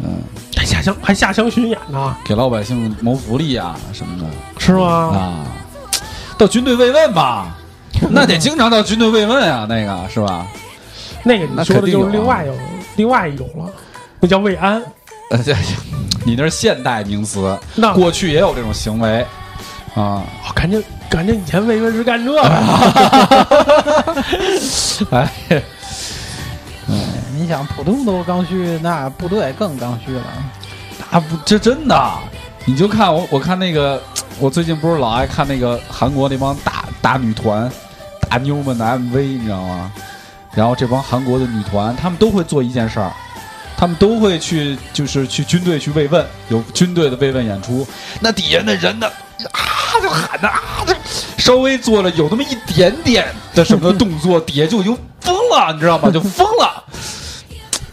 [SPEAKER 3] 嗯，
[SPEAKER 2] 还下乡还下乡巡演呢，
[SPEAKER 3] 给老百姓谋福利啊什么的
[SPEAKER 2] 是吗？
[SPEAKER 3] 啊，到军队慰问 吧，那得经常到军队慰问啊，那个是吧？
[SPEAKER 2] 那个你
[SPEAKER 3] 那
[SPEAKER 2] 说
[SPEAKER 3] 肯
[SPEAKER 2] 的
[SPEAKER 3] 定
[SPEAKER 2] 就是
[SPEAKER 3] 有
[SPEAKER 2] 另
[SPEAKER 3] 啊
[SPEAKER 2] 外有哦另外一种了，那叫慰安。
[SPEAKER 3] 呃，这你那是现代名词，
[SPEAKER 2] 那
[SPEAKER 3] 过去也有这种行为 啊。
[SPEAKER 2] 我感觉感觉以前慰问是干这个，
[SPEAKER 3] 哎，
[SPEAKER 4] 你想，普通都刚需，那部队更刚需了。
[SPEAKER 3] 啊不，这真的，你就看我，我看那个，我最近不是老爱看那个韩国那帮大大女团、大妞们的 MV，你知道吗？然后这帮韩国的女团，她们都会做一件事儿，她们都会去，就是去军队去慰问，有军队的慰问演出，那底下那人呢？啊，就喊呐，啊，就稍微做了有那么一点点的什么动作，底下就已经疯了，你知道吗？就疯了，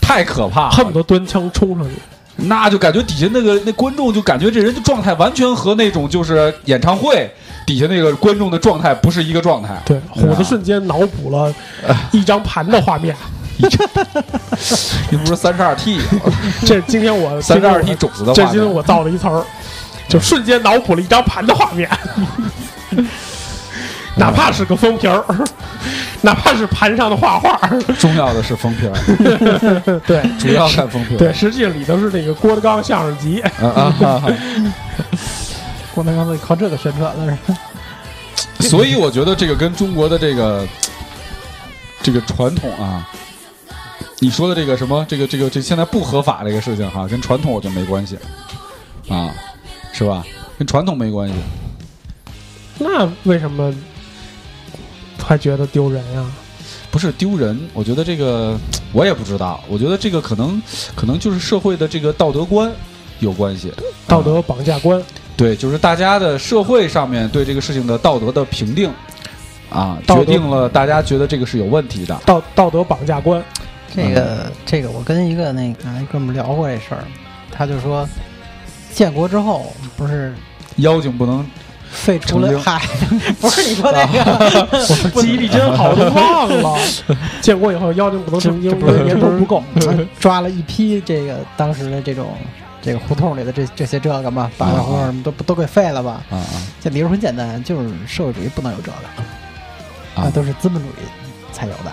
[SPEAKER 3] 太可怕了，
[SPEAKER 2] 恨不得端枪冲上去。
[SPEAKER 3] 那就感觉底下那个那观众就感觉这人的状态完全和那种就是演唱会底下那个观众的状态不是一个状态。
[SPEAKER 2] 对，
[SPEAKER 3] 对啊
[SPEAKER 2] 虎子瞬间脑补了一张盘的画面。
[SPEAKER 3] 你不是三十二 T，
[SPEAKER 2] 这今天我
[SPEAKER 3] 三十二
[SPEAKER 2] 今天我
[SPEAKER 3] T 种子的
[SPEAKER 2] 这
[SPEAKER 3] 画
[SPEAKER 2] 今天
[SPEAKER 3] 面
[SPEAKER 2] 我造了一词儿，就瞬间脑补了一张盘的画面，哪怕是个封皮儿，哪怕是盘上的画画儿，
[SPEAKER 3] 重要的是封皮儿，
[SPEAKER 2] 对
[SPEAKER 3] 主要看封皮儿。
[SPEAKER 2] 对，实际上里头是那个郭德纲相声集，
[SPEAKER 3] 啊啊啊！
[SPEAKER 4] 郭德纲都靠这个宣传了，是吧？
[SPEAKER 3] 所以我觉得这个跟中国的这个这个传统啊，你说的这个什么这个这个这现在不合法这个事情哈、跟传统我就没关系啊，是吧？跟传统没关系。
[SPEAKER 2] 那为什么还觉得丢人啊呀？
[SPEAKER 3] 不是丢人，我觉得这个我也不知道，我觉得这个可能可能就是社会的这个道德观有关系，
[SPEAKER 2] 道德绑架观，
[SPEAKER 3] 对，就是大家的社会上面对这个事情的道德的评定啊，
[SPEAKER 2] 道
[SPEAKER 3] 决
[SPEAKER 2] 德
[SPEAKER 3] 定了大家觉得这个是有问题的。
[SPEAKER 2] 道道德绑架观，
[SPEAKER 3] 嗯
[SPEAKER 4] 这个这个，我跟一个那个一哥们儿聊过这事儿，他就说，建国之后不是
[SPEAKER 3] 妖精不能
[SPEAKER 4] 废除了
[SPEAKER 3] 成精啊
[SPEAKER 4] 嗨， 不是你说那 个，
[SPEAKER 2] 我记忆力真好，都忘 了。建国以后妖精不能成精，
[SPEAKER 4] 这不是
[SPEAKER 2] 人都 不够。
[SPEAKER 4] 抓了一批这个当时的这种这个胡同里的这这些这个嘛，八大胡同什么都都给废了吧？
[SPEAKER 3] 啊
[SPEAKER 4] 这理由很简单，就是社会主义不能有这个，
[SPEAKER 3] 啊
[SPEAKER 4] 那都是资本主义才有的。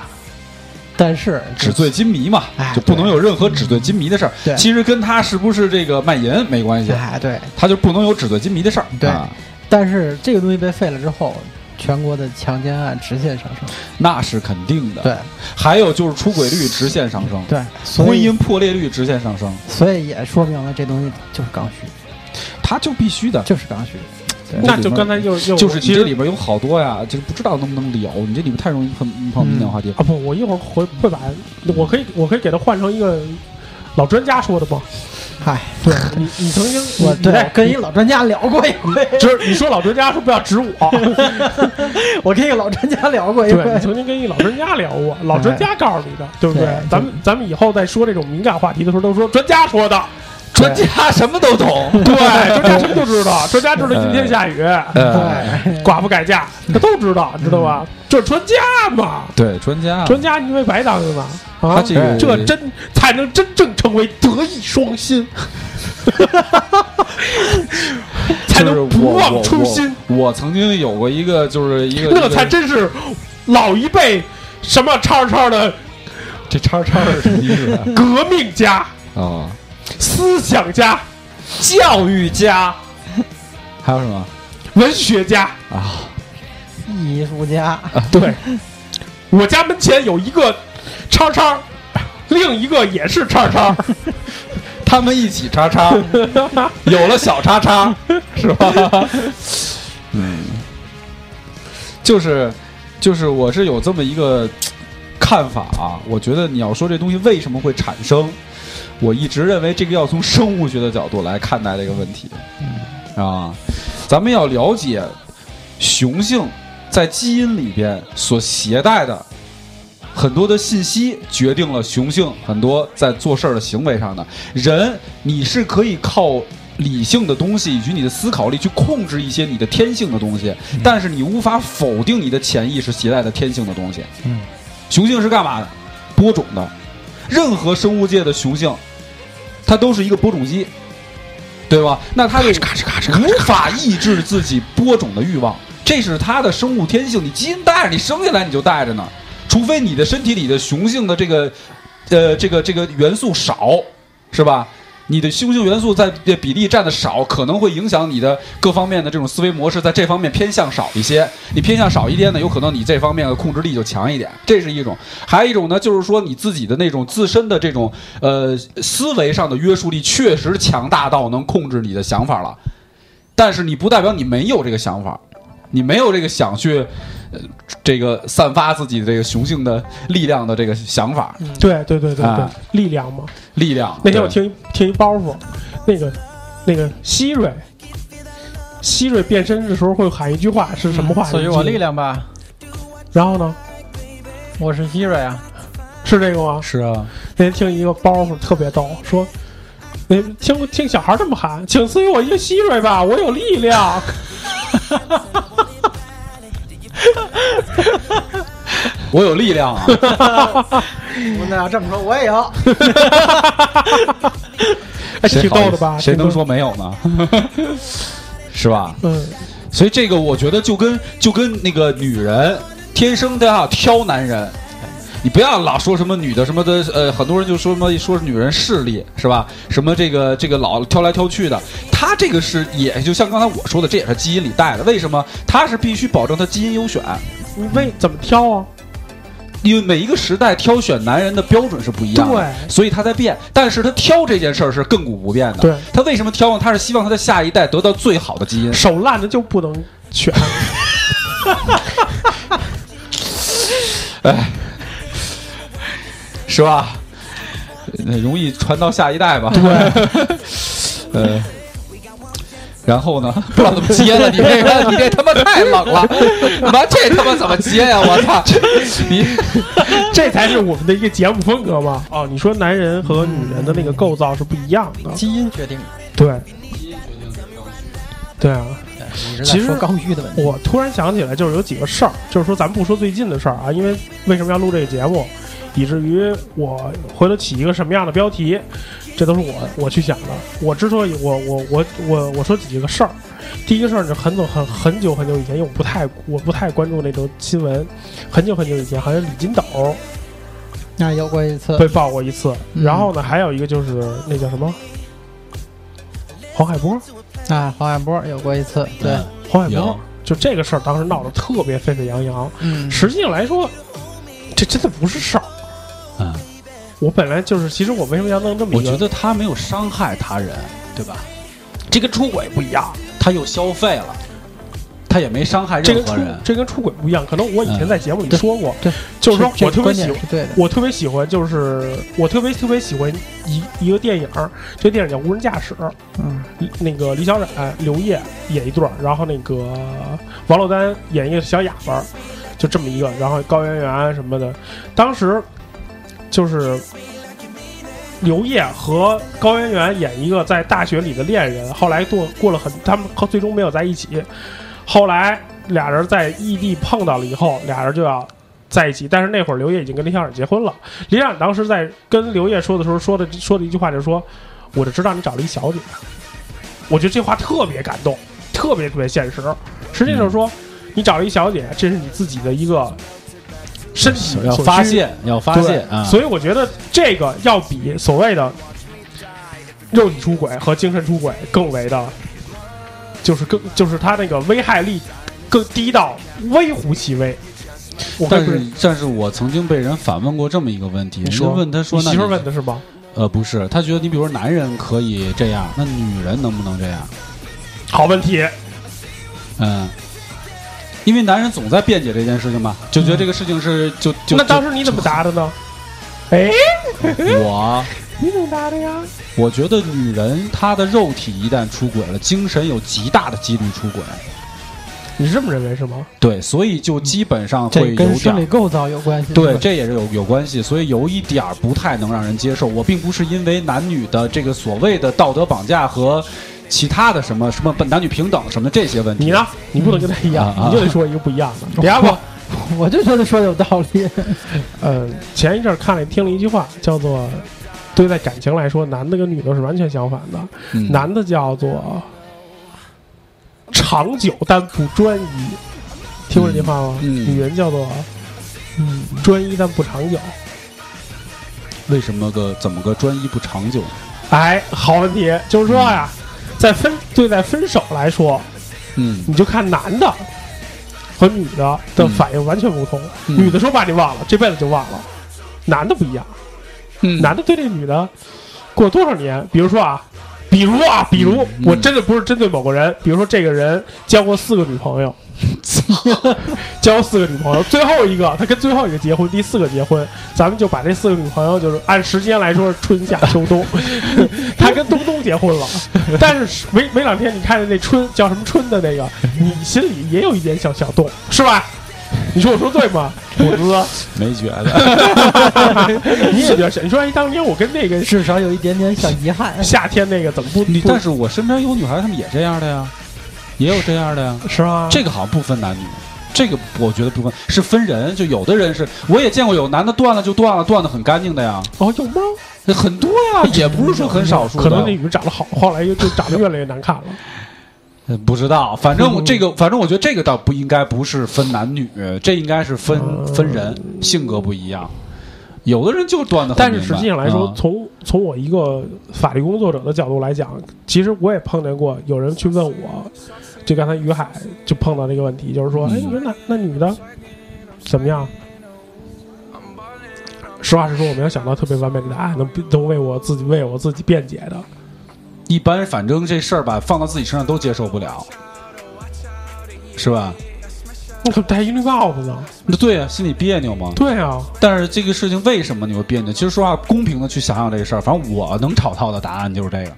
[SPEAKER 4] 但是
[SPEAKER 3] 纸醉金迷嘛
[SPEAKER 4] 哎，
[SPEAKER 3] 就不能有任何纸醉金迷的事
[SPEAKER 4] 对
[SPEAKER 3] 儿。其实跟他是不是这个卖淫没关系，
[SPEAKER 4] 哎，对，
[SPEAKER 3] 他就不能有纸醉金迷的事儿。
[SPEAKER 4] 对
[SPEAKER 3] 啊
[SPEAKER 4] 但是这个东西被废了之后，全国的强奸案直线上升。
[SPEAKER 3] 那是肯定的。
[SPEAKER 4] 对，
[SPEAKER 3] 还有就是出轨率直线上升，
[SPEAKER 4] 对，所
[SPEAKER 3] 婚
[SPEAKER 4] 以
[SPEAKER 3] 姻破裂率直线上升，
[SPEAKER 4] 所以也说明了这东西就是刚需，
[SPEAKER 3] 他就必须的。
[SPEAKER 4] 就是刚需。
[SPEAKER 2] 那就刚才就就
[SPEAKER 3] 就是你
[SPEAKER 2] 其
[SPEAKER 3] 这
[SPEAKER 2] 实
[SPEAKER 3] 里边有好多呀，就是不知道能不能聊，你这里边太容易碰碰敏感话题。
[SPEAKER 2] 啊不，我一会儿会会把，我可以我可以给他换成一个老专家说的吗？
[SPEAKER 4] 嗨，哎对
[SPEAKER 2] 你你曾经
[SPEAKER 4] 我
[SPEAKER 2] 你
[SPEAKER 4] 对
[SPEAKER 2] 哎
[SPEAKER 4] 我跟一老专家聊过一回，
[SPEAKER 2] 指你说老专家说不要指我，
[SPEAKER 4] 我跟一个老专家聊过一
[SPEAKER 2] 对，你
[SPEAKER 4] 回。
[SPEAKER 2] 曾经跟一老专家聊过，老专家告诉你的，对不
[SPEAKER 4] 对对
[SPEAKER 2] 咱们咱们以后在说这种敏感话题的时候，都说专家说的，
[SPEAKER 3] 专家什么都懂，
[SPEAKER 2] 对， 专家什么都知道，专家知道今天下雨，
[SPEAKER 3] 呃，
[SPEAKER 2] 寡妇改嫁，他都知道，你知道吧？这专家嘛，
[SPEAKER 3] 对，专家，啊
[SPEAKER 2] 专家你为白当的嘛，啊，
[SPEAKER 3] 他这个
[SPEAKER 2] 这真才能真正成为德艺双馨，才
[SPEAKER 3] 就是
[SPEAKER 2] 能
[SPEAKER 3] 我
[SPEAKER 2] 不
[SPEAKER 3] 我
[SPEAKER 2] 忘初心，
[SPEAKER 3] 我我曾经有过一个，就是一个
[SPEAKER 2] 那才真是老一辈什么叉叉的
[SPEAKER 3] 这叉叉是什么意思啊
[SPEAKER 2] 革命家、
[SPEAKER 3] 哦？
[SPEAKER 2] 思想家、教育家、
[SPEAKER 3] 还有什么
[SPEAKER 2] 文学家。
[SPEAKER 3] 啊？
[SPEAKER 4] 艺术家，
[SPEAKER 2] 对，我家门前有一个叉叉，另一个也是叉叉，
[SPEAKER 3] 他们一起叉叉，有了小叉叉，是吧？嗯，就是就是，我是有这么一个看法啊。我觉得你要说这东西为什么会产生，我一直认为这个要从生物学的角度来看待这个问题啊。咱们要了解雄性在基因里边所携带的很多的信息决定了雄性很多在做事儿的行为上的。人你是可以靠理性的东西以及你的思考力去控制一些你的天性的东西，但是你无法否定你的潜意识携带的天性的东西。
[SPEAKER 4] 嗯，
[SPEAKER 3] 雄性是干嘛的？播种的。任何生物界的雄性，它都是一个播种机，对吧？那它就无法抑制自己播种的欲望，这是它的生物天性。你基因带着，你生下来你就带着呢，除非你的身体里的雄性的这个，呃，这个这个元素少，是吧？你的雄性元素在这比例占的少，可能会影响你的各方面的这种思维模式，在这方面偏向少一些。你偏向少一点呢，有可能你这方面的控制力就强一点，这是一种。还有一种呢，就是说你自己的那种自身的这种呃思维上的约束力确实强大到能控制你的想法了，但是你不代表你没有这个想法，你没有这个想去。呃这个散发自己的这个雄性的力量的这个想法，
[SPEAKER 2] 对对对对对
[SPEAKER 3] 啊，
[SPEAKER 2] 力量嘛。
[SPEAKER 3] 力量。
[SPEAKER 2] 那天我
[SPEAKER 3] 对
[SPEAKER 2] 听听一包袱，那个那个希瑞，希瑞变身的时候会喊一句话，是什么话？
[SPEAKER 4] 所以
[SPEAKER 2] 你记
[SPEAKER 4] 我
[SPEAKER 2] 得
[SPEAKER 4] 力。量吧，
[SPEAKER 2] 然后呢，
[SPEAKER 4] 我是希瑞啊，
[SPEAKER 2] 是这个吗？
[SPEAKER 3] 是啊，
[SPEAKER 2] 那天听一个包袱特别逗，说。那听听小孩这么喊，请赐予我一个希瑞吧，我有力量。
[SPEAKER 3] 我有力 量啊。
[SPEAKER 4] 那要这么说我也有，
[SPEAKER 2] 哎，
[SPEAKER 3] 谁
[SPEAKER 2] 挺
[SPEAKER 3] 好意
[SPEAKER 2] 逗
[SPEAKER 3] 思
[SPEAKER 2] 的吧？
[SPEAKER 3] 谁
[SPEAKER 2] 挺
[SPEAKER 3] 能
[SPEAKER 2] 逗
[SPEAKER 3] 说没有呢？ 是吧？
[SPEAKER 2] 嗯，
[SPEAKER 3] 所以这个我觉得就跟就跟那个女人天生都要挑男人，你不要老说什么女的什么的，呃，很多人就说什么一说女人势力是吧？什么这个这个老挑来挑去的，她这个是也就像刚才我说的，这也是基因里带的。为什么？她是必须保证她基因优选，
[SPEAKER 2] 你为怎么挑啊？
[SPEAKER 3] 因为每一个时代挑选男人的标准是不一样的，
[SPEAKER 2] 对
[SPEAKER 3] 所以他在变。但是他挑这件事儿是亘古不变的。
[SPEAKER 2] 对，
[SPEAKER 3] 他为什么挑呢？他是希望他的下一代得到最好的基因。
[SPEAKER 2] 手烂的就不能选。
[SPEAKER 3] 哎是吧？呃容易传到下一代吧？对，呃，然后呢？不知道怎么接了，你这个你这他妈太冷了，妈这他妈怎么接呀、我操！你
[SPEAKER 2] 这才是我们的一个节目风格嘛。哦，你说男人和女人的那个构造是不一样的，
[SPEAKER 4] 基因决定的。
[SPEAKER 2] 对，对啊，
[SPEAKER 4] 哎你是
[SPEAKER 2] 其
[SPEAKER 4] 在
[SPEAKER 2] 实
[SPEAKER 4] 说刚需的问题。
[SPEAKER 2] 我突然想起来，就是有几个事儿，就是说咱们不说最近的事儿啊，因为为什么要录这个节目，以至于我回头起一个什么样的标题，这都是我我去想的。我之所以我我我我我说几个事儿，第一个事儿就很早很很久很久以前，因为我不太我不太关注那种新闻，很久很久以前，好像李金斗
[SPEAKER 4] 那有过一次，
[SPEAKER 2] 被爆过一次，
[SPEAKER 4] 嗯
[SPEAKER 2] 然后呢，还有一个就是那叫什么黄海波，
[SPEAKER 4] 啊，黄海波有过一次， 对，
[SPEAKER 2] 黄海波
[SPEAKER 3] 有，
[SPEAKER 2] 就这个事儿当时闹得特别沸沸扬扬。
[SPEAKER 4] 嗯，
[SPEAKER 2] 实际上来说，这真的不是事儿。
[SPEAKER 3] 嗯，
[SPEAKER 2] 我本来就是，其实我为什么要弄这么
[SPEAKER 3] 我
[SPEAKER 2] 一个？
[SPEAKER 3] 觉得他没有伤害他人，对吧？
[SPEAKER 2] 这跟出轨不一样，
[SPEAKER 3] 他又消费了，他也没伤害
[SPEAKER 2] 这跟
[SPEAKER 3] 任
[SPEAKER 2] 出
[SPEAKER 3] 何人。
[SPEAKER 2] 这跟出轨不一样。可能我以前
[SPEAKER 3] 嗯
[SPEAKER 2] 在节目里
[SPEAKER 4] 对
[SPEAKER 2] 说过，
[SPEAKER 4] 对
[SPEAKER 2] 就是说
[SPEAKER 4] 这
[SPEAKER 2] 我特别
[SPEAKER 4] 观
[SPEAKER 2] 喜
[SPEAKER 4] 点
[SPEAKER 2] 欢，
[SPEAKER 4] 是对的，
[SPEAKER 2] 我特别喜欢，就是我特别特别喜欢一一个电影儿，这电影叫《无人驾驶》，
[SPEAKER 4] 嗯，
[SPEAKER 2] 那个李小冉、哎刘烨演一对儿，然后那个王珞丹演一个小哑巴儿，就这么一个，然后高圆圆什么的，当时就是刘烨和高圆圆演一个在大学里的恋人，后来过过了很，他们最终没有在一起，后来俩人在异地碰到了以后，俩人就要。在一起，但是那会儿刘烨已经跟李小冉结婚了。李小冉当时在跟刘烨说的时候，说的说的一句话就是说：“我就知道你找了一小姐。”我觉得这话特别感动，特别特别现实。实际上说，你找了一小姐，这是你自己的一个身体所
[SPEAKER 3] 要
[SPEAKER 2] 需
[SPEAKER 3] 发泄，要发泄啊！
[SPEAKER 2] 所以我觉得这个要比所谓的肉体出轨和精神出轨更为的，就是更就是它那个危害力更低到微乎其微。我
[SPEAKER 3] 但
[SPEAKER 2] 会不
[SPEAKER 3] 是，但是我曾经被人反问过这么一个问题，
[SPEAKER 2] 你
[SPEAKER 3] 人
[SPEAKER 2] 说
[SPEAKER 3] 家问他说：“
[SPEAKER 2] 你
[SPEAKER 3] 那
[SPEAKER 2] 媳妇儿
[SPEAKER 3] 你
[SPEAKER 2] 问的是吗？
[SPEAKER 3] 呃，不是，他觉得你比如说男人可以这样，那女人能不能这样？
[SPEAKER 2] 好问题，
[SPEAKER 3] 嗯，因为男人总在辩解这件事情嘛，就觉得这个事情是就就
[SPEAKER 2] 那当
[SPEAKER 3] 就
[SPEAKER 2] 时你怎么答的呢？哎，
[SPEAKER 3] 我
[SPEAKER 2] 你怎么答的呀？
[SPEAKER 3] 我觉得女人她的肉体一旦出轨了，精神有极大的几率出轨，
[SPEAKER 2] 你是这么认为是吗？
[SPEAKER 3] 对，所以就基本上会
[SPEAKER 4] 这
[SPEAKER 3] 有
[SPEAKER 4] 跟
[SPEAKER 3] 点
[SPEAKER 4] 生理
[SPEAKER 3] 儿。
[SPEAKER 4] 构造有关系，
[SPEAKER 3] 对，这也是有有关系，所以有一点儿不太能让人接受。我并不是因为男女的这个所谓的道德绑架和其他的什么什么男女平等什么的这些问题。
[SPEAKER 2] 你呢？你不能跟他一样，
[SPEAKER 3] 嗯啊
[SPEAKER 2] 你就得说一个不一样 的。别不，
[SPEAKER 4] 我 就觉得说的有道理，
[SPEAKER 2] 呃，前一阵儿看了听了一句话，叫做“对待感情来说，男的跟女的是完全相反的。
[SPEAKER 3] 嗯？
[SPEAKER 2] 男的叫做长久但不专一，听过这句话吗？
[SPEAKER 3] 嗯嗯
[SPEAKER 2] 女人叫做
[SPEAKER 4] 嗯，
[SPEAKER 2] 专一但不长久。
[SPEAKER 3] 为什么个怎么个专一不长久？
[SPEAKER 2] 哎，好问题，就是说呀，在分对待分手来说，
[SPEAKER 3] 嗯，
[SPEAKER 2] 你就看男的和女的的反应完全不同。
[SPEAKER 3] 嗯
[SPEAKER 2] 女的说把你忘了，这辈子就忘了；男的不一样，
[SPEAKER 3] 嗯
[SPEAKER 2] 男的对这女的过多少年，比如说啊，比如啊，比如、
[SPEAKER 3] 嗯
[SPEAKER 2] 我真的不是针对某个人，比如说这个人交过四个女朋 友，交过四个女朋友，最后一个他跟最后一个结婚，第四个结婚，咱们就把这四个女朋友就是按时间来说是春夏秋 冬，他跟东东结婚了，但是没没两天你看见那春叫什么春的那个，你心里也有一点小小动，是吧？你说我说对 吗？ 我哥，
[SPEAKER 3] 没觉 得。
[SPEAKER 2] 你也觉得是？你说哎，当年我跟那个
[SPEAKER 4] 至少有一点点小遗憾。
[SPEAKER 2] 夏天那个怎么不？
[SPEAKER 3] 你
[SPEAKER 2] 不
[SPEAKER 3] 但是我身边有女孩，她们也这样的呀，也有这样的呀。
[SPEAKER 2] 是啊吗？
[SPEAKER 3] 这个好像不分男女，这个我觉得不分，是分人。就有的人是，我也见过有男的断了就断了，断的很干净的呀，
[SPEAKER 2] 哦，有吗？啊
[SPEAKER 3] 很多呀，也不是说很少数的。
[SPEAKER 2] 可能那女的长得好，后来又就长得越来越难看了。
[SPEAKER 3] 呃不知道，反正我
[SPEAKER 2] 嗯
[SPEAKER 3] 这个，反正我觉得这个倒不应该不是分男女，这应该是分
[SPEAKER 2] 嗯
[SPEAKER 3] 分人，性格不一样。有的人就断的，
[SPEAKER 2] 但是实际上来说，
[SPEAKER 3] 啊
[SPEAKER 2] 从从我一个法律工作者的角度来讲，其实我也碰见过有人去问我，就刚才于海就碰到这个问题，就是说，
[SPEAKER 3] 嗯
[SPEAKER 2] 哎，你说那那女的怎么样？实话实说，我没有想到特别完美的答案，能能为我自己为我自己辩解的。
[SPEAKER 3] 一般，反正这事儿吧，放到自己身上都接受不了，是吧？
[SPEAKER 2] 那可不戴一绿帽子呢？
[SPEAKER 3] 那对呀、心里别扭嘛。
[SPEAKER 2] 对啊，
[SPEAKER 3] 但是这个事情为什么你会别扭？其实说实话，公平的去想想这个事儿，反正我能找到的答案就是这个，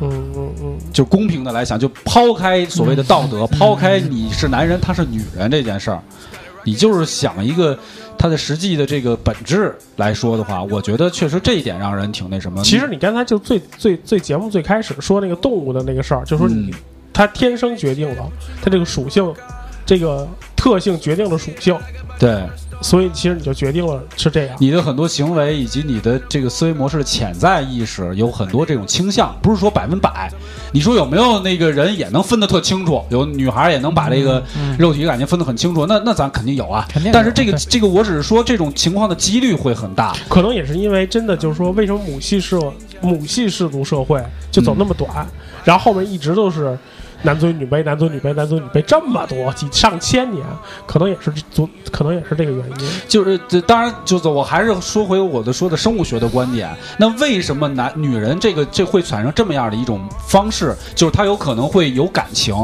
[SPEAKER 2] 嗯嗯嗯，
[SPEAKER 3] 就公平的来想，就抛开所谓的道德，
[SPEAKER 4] 嗯
[SPEAKER 3] 抛开你是男人他是女人这件事儿，你就是想一个他的实际的这个本质来说的话，我觉得确实这一点让人挺那什么。
[SPEAKER 2] 其实你刚才就最最最节目最开始说那个动物的那个事儿，就说你
[SPEAKER 3] 嗯
[SPEAKER 2] 它天生决定了它这个属性，这个特性决定了属性，
[SPEAKER 3] 对
[SPEAKER 2] 所以其实你就决定了是这样。
[SPEAKER 3] 你的很多行为以及你的这个思维模式的潜在意识有很多这种倾向，不是说百分百。你说有没有那个人也能分得特清楚？有女孩也能把这个肉体感觉分得很清楚？那那咱肯定有啊。
[SPEAKER 4] 嗯肯定有
[SPEAKER 3] 但是这个
[SPEAKER 4] 对
[SPEAKER 3] 这个，我只是说这种情况的几率会很大。
[SPEAKER 2] 可能也是因为真的就是说，为什么母系社母系氏族社会就走那么短，
[SPEAKER 3] 嗯
[SPEAKER 2] 然后后面一直都是男尊女卑、男尊女卑、男尊女卑这么多几上千年，可能也是族，可能也是这个原因。
[SPEAKER 3] 就是这，当然就是我还是说回我的说的生物学的观点。那为什么男女人这个这会产生这么样的一种方式？就是她有可能会有感情。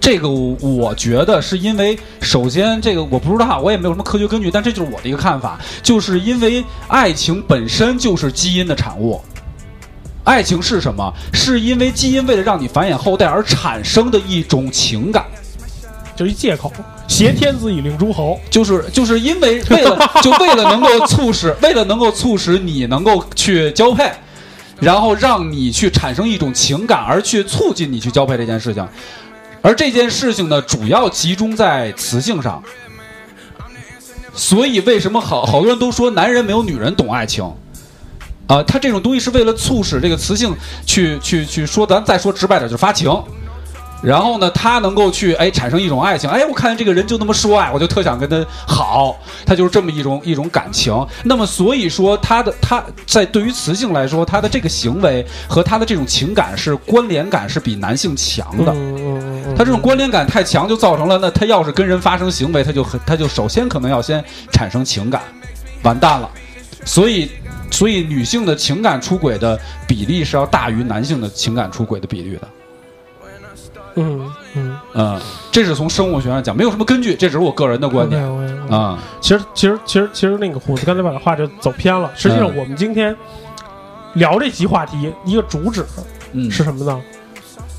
[SPEAKER 3] 这个我我觉得是因为，首先这个我不知道，我也没有什么科学根据，但这就是我的一个看法，就是因为爱情本身就是基因的产物。爱情是什么？是因为基因为了让你繁衍后代而产生的一种情感。
[SPEAKER 2] 就一借口，挟天子以令诸侯。
[SPEAKER 3] 就是就是因为为了就为了能够促使，为了能够促使你能够去交配，然后让你去产生一种情感，而去促进你去交配这件事情。而这件事情呢，主要集中在雌性上。所以为什么好好多人都说男人没有女人懂爱情？啊，他这种东西是为了促使这个雌性去去去说，咱再说直白点，就是发情。然后呢，他能够去哎产生一种爱情，哎，我看见这个人就那么说爱，我就特想跟他好，他就是这么一种一种感情。那么所以说，他的他在对于雌性来说，他的这个行为和他的这种情感是关联感是比男性强的。
[SPEAKER 2] 嗯嗯嗯，
[SPEAKER 3] 他这种关联感太强，就造成了那他要是跟人发生行为，他就很他就首先可能要先产生情感，完蛋了。所以，所以女性的情感出轨的比例是要大于男性的情感出轨的比率的。
[SPEAKER 2] 嗯嗯，
[SPEAKER 3] 嗯，这是从生物学上讲，没有什么根据，这只是我个人的观点
[SPEAKER 2] OK，OK，嗯
[SPEAKER 3] 啊。
[SPEAKER 2] 其实其实其实其实那个虎子刚才把话就走偏了。实际上，
[SPEAKER 3] 嗯
[SPEAKER 2] 我们今天聊这期话题，一个主旨
[SPEAKER 3] 嗯，
[SPEAKER 2] 是什么呢？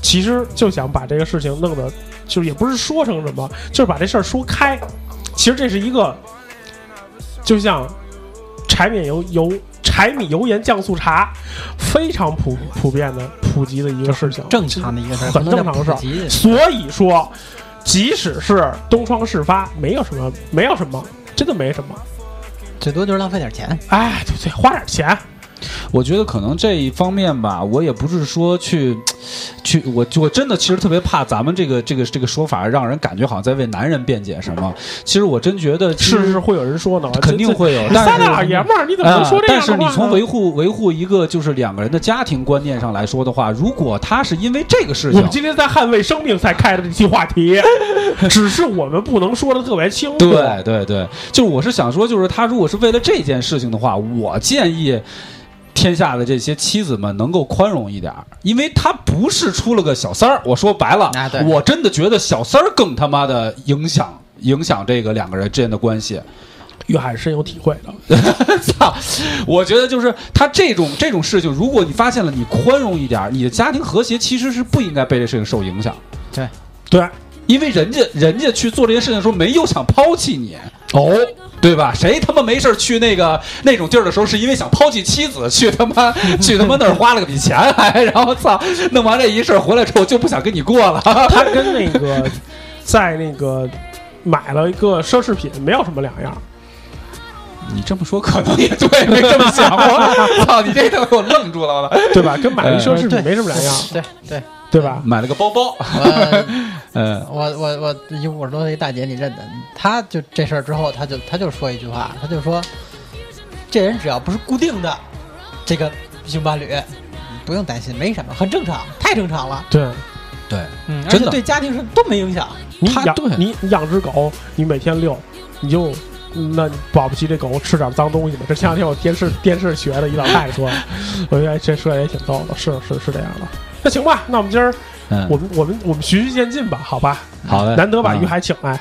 [SPEAKER 2] 其实就想把这个事情弄得，就是也不是说成什么，就是把这事儿说开。其实这是一个，就像柴米油油柴米油盐酱醋茶，非常普普遍的普及的一个事情，
[SPEAKER 4] 正常的一个事儿，
[SPEAKER 2] 很
[SPEAKER 4] 不能
[SPEAKER 2] 正
[SPEAKER 4] 叫
[SPEAKER 2] 常的事儿
[SPEAKER 4] 普。及
[SPEAKER 2] 所以说，即使是东窗事发，没有什么，没有什么，真的没什么。
[SPEAKER 4] 最多就是浪费点钱。
[SPEAKER 2] 哎，对对，花点钱，
[SPEAKER 3] 我觉得可能这一方面吧，我也不是说去，去，我我真的其实特别怕咱们这个这个这个说法让人感觉好像在为男人辩解什么。其实我真觉得
[SPEAKER 2] 是是，会有人说呢，
[SPEAKER 3] 肯定会有
[SPEAKER 2] 啊这。这哦
[SPEAKER 3] 但是
[SPEAKER 2] 三大老爷们儿，你怎么
[SPEAKER 3] 啊
[SPEAKER 2] 能说这样
[SPEAKER 3] 但
[SPEAKER 2] 的话
[SPEAKER 3] 是
[SPEAKER 2] 呢、
[SPEAKER 3] 你从维护维护一个就是两个人的家庭观念上来说的话，如果他是因为这个事
[SPEAKER 2] 我
[SPEAKER 3] 情
[SPEAKER 2] 们，今天在捍卫生命才开的这期话 题，只是我们不能说的特别清楚。
[SPEAKER 3] 对对对，就是我是想说，就是他如果是为了这件事情的话，我建议天下的这些妻子们能够宽容一点儿，因为他不是出了个小三儿。我说白了，
[SPEAKER 4] 啊对
[SPEAKER 3] 我真的觉得小三儿更他妈的影响影响这个两个人之间的关系。
[SPEAKER 2] 岳海深有体会的。
[SPEAKER 3] 操！我觉得就是他这种这种事情，如果你发现了，你宽容一点儿，你的家庭和谐其实是不应该被这事情受影响。
[SPEAKER 2] 对，
[SPEAKER 3] 因为人家人家去做这件事情的时候，没有想抛弃你哦，对吧？谁他妈没事儿去那个那种地儿的时候，是因为想抛弃妻子，去他妈去他妈那儿花了个笔钱，还然后操，弄完这一事儿回来之后就不想跟你过了。
[SPEAKER 2] 他跟那个在那个买了一个奢侈品没有什么两样。
[SPEAKER 3] 你这么说可能也 对，没这么想 过。操，你这他妈给我愣住了，
[SPEAKER 2] 呃对吧？跟买了一奢侈
[SPEAKER 4] 对
[SPEAKER 2] 品没什么两样，
[SPEAKER 4] 对对，
[SPEAKER 2] 对吧？
[SPEAKER 3] 买了个包包，
[SPEAKER 4] 哎 我
[SPEAKER 3] 嗯。
[SPEAKER 4] 我我我一五十多岁一大姐，你认得？她就这事儿之后，她就她就说一句话，她就说，这人只要不是固定的这个异性伴侣，你不用担心，没什么，很正常，太正常了。
[SPEAKER 2] 对，
[SPEAKER 3] 对，
[SPEAKER 4] 嗯，而
[SPEAKER 3] 真
[SPEAKER 4] 且
[SPEAKER 3] 的
[SPEAKER 4] 对家庭是都没影响。啊
[SPEAKER 2] 你
[SPEAKER 3] 他
[SPEAKER 2] 养
[SPEAKER 3] 对
[SPEAKER 2] 你你养只狗，你每天遛，你就那你保不齐这狗吃点脏东西吧。这前两天我电视电视学的，一老太太说， 我觉得这说的也挺逗的，是是是这样的。那行吧，那我们今儿
[SPEAKER 3] 嗯
[SPEAKER 2] 我们我们我们循序渐进吧，好吧？
[SPEAKER 3] 好嗯的
[SPEAKER 2] 难得把于海请 来，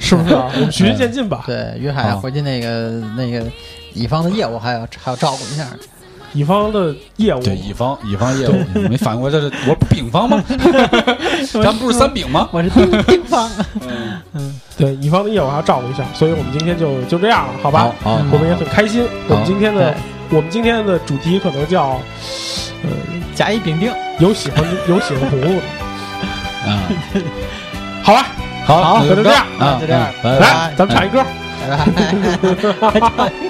[SPEAKER 2] 是不是？啊我们循序渐进吧，
[SPEAKER 4] 对，于海
[SPEAKER 3] 好
[SPEAKER 4] 回去那个那个乙方的业务还要还要照顾一下。
[SPEAKER 2] 乙方的业务
[SPEAKER 3] 对乙方乙方业务没反应过来，这是我不是丙方吗？咱不是三丙吗？
[SPEAKER 4] 我是丁丁方，
[SPEAKER 2] 对乙方的业务还要照顾一下，所以我们今天就就这样了，好吧？
[SPEAKER 3] 好，好
[SPEAKER 2] 我们也很开心。我们今天的
[SPEAKER 4] 对
[SPEAKER 2] 我们今天的主题可能叫，呃，
[SPEAKER 4] 甲乙丙丁。
[SPEAKER 2] 有喜欢就有喜欢葫芦的，
[SPEAKER 3] 啊，
[SPEAKER 2] 好吧，
[SPEAKER 3] 好，
[SPEAKER 4] 好
[SPEAKER 3] 那
[SPEAKER 2] 那就这样，
[SPEAKER 3] 啊，
[SPEAKER 4] 那就这样
[SPEAKER 3] 嗯拜拜。
[SPEAKER 2] 来，咱们唱一歌。
[SPEAKER 4] 拜拜。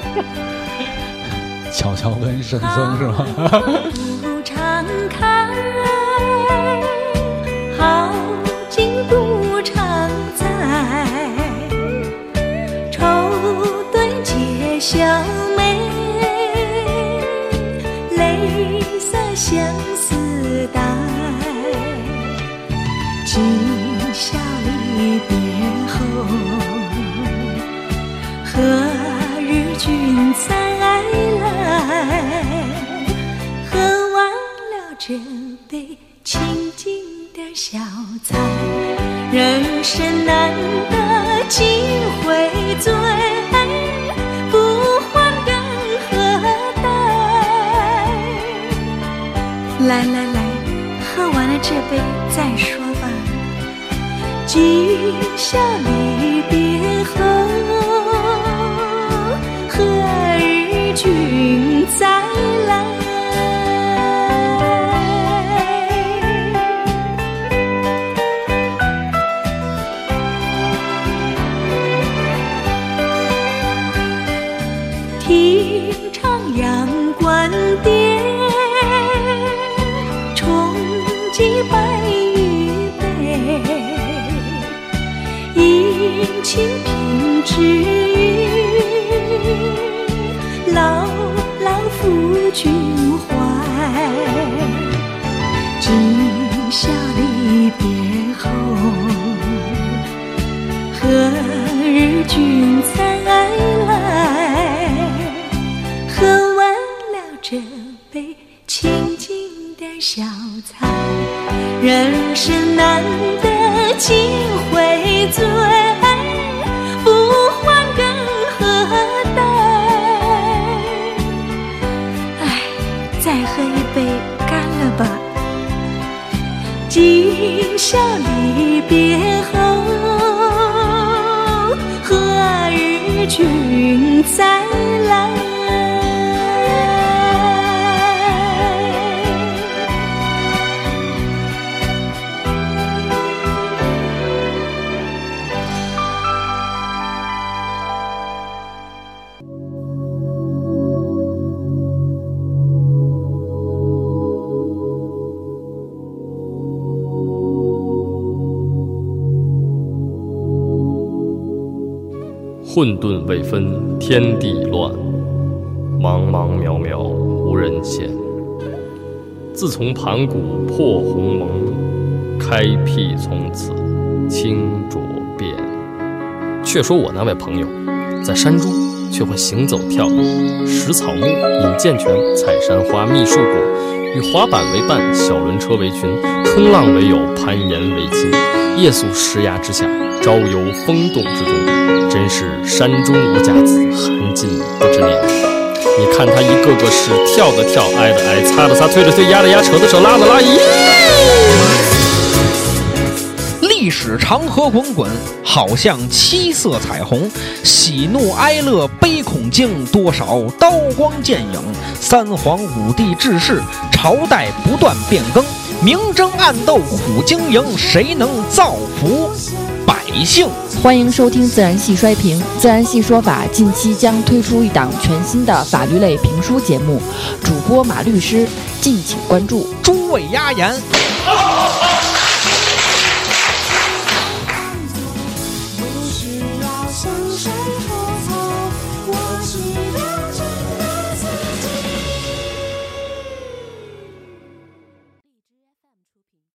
[SPEAKER 3] 悄悄问圣僧是吗？
[SPEAKER 6] 路常开，好景不常在。愁对解笑眉，泪洒相思带。今宵离别后，何日君再来？喝完了这杯清静的小菜，人生难得几回醉，不欢更何待？来来来，喝完了这杯再说吧。今宵离别后，何日君再来？听唱阳关叠，重寄白玉杯，饮清平之语，牢牢抚君怀。今宵离别后，何日君再来？喝完了这杯清静的小菜，人生难得几回醉，不欢更何待？哎，再喝一杯，干了吧！今宵离别后，何日君再来？
[SPEAKER 7] 混沌未分天地乱，茫茫渺渺无人见。自从盘古破鸿蒙，开辟从此清浊变。却说我那位朋友，在山中却会行走跳跃，食草木，饮涧泉，采山花，觅树果，与滑板为伴，小轮车为群，冲浪为友，攀岩为亲。夜宿石崖之下，朝游风洞之中，真是山中无甲子，寒尽不知年。你看他一个个是跳的跳，挨的挨，擦的擦，推的推，压的压，扯的扯，拉的拉，咦！
[SPEAKER 8] 历史长河滚滚，好像七色彩虹。喜怒哀乐悲恐惊，多少刀光剑影。三皇五帝治世，朝代不断变更。明争暗斗虎经营，谁能造福百姓？
[SPEAKER 9] 欢迎收听《自然系衰评》。《自然系说法》近期将推出一档全新的法律类评书节目，主播马律师，敬请关注。
[SPEAKER 8] 诸位压言，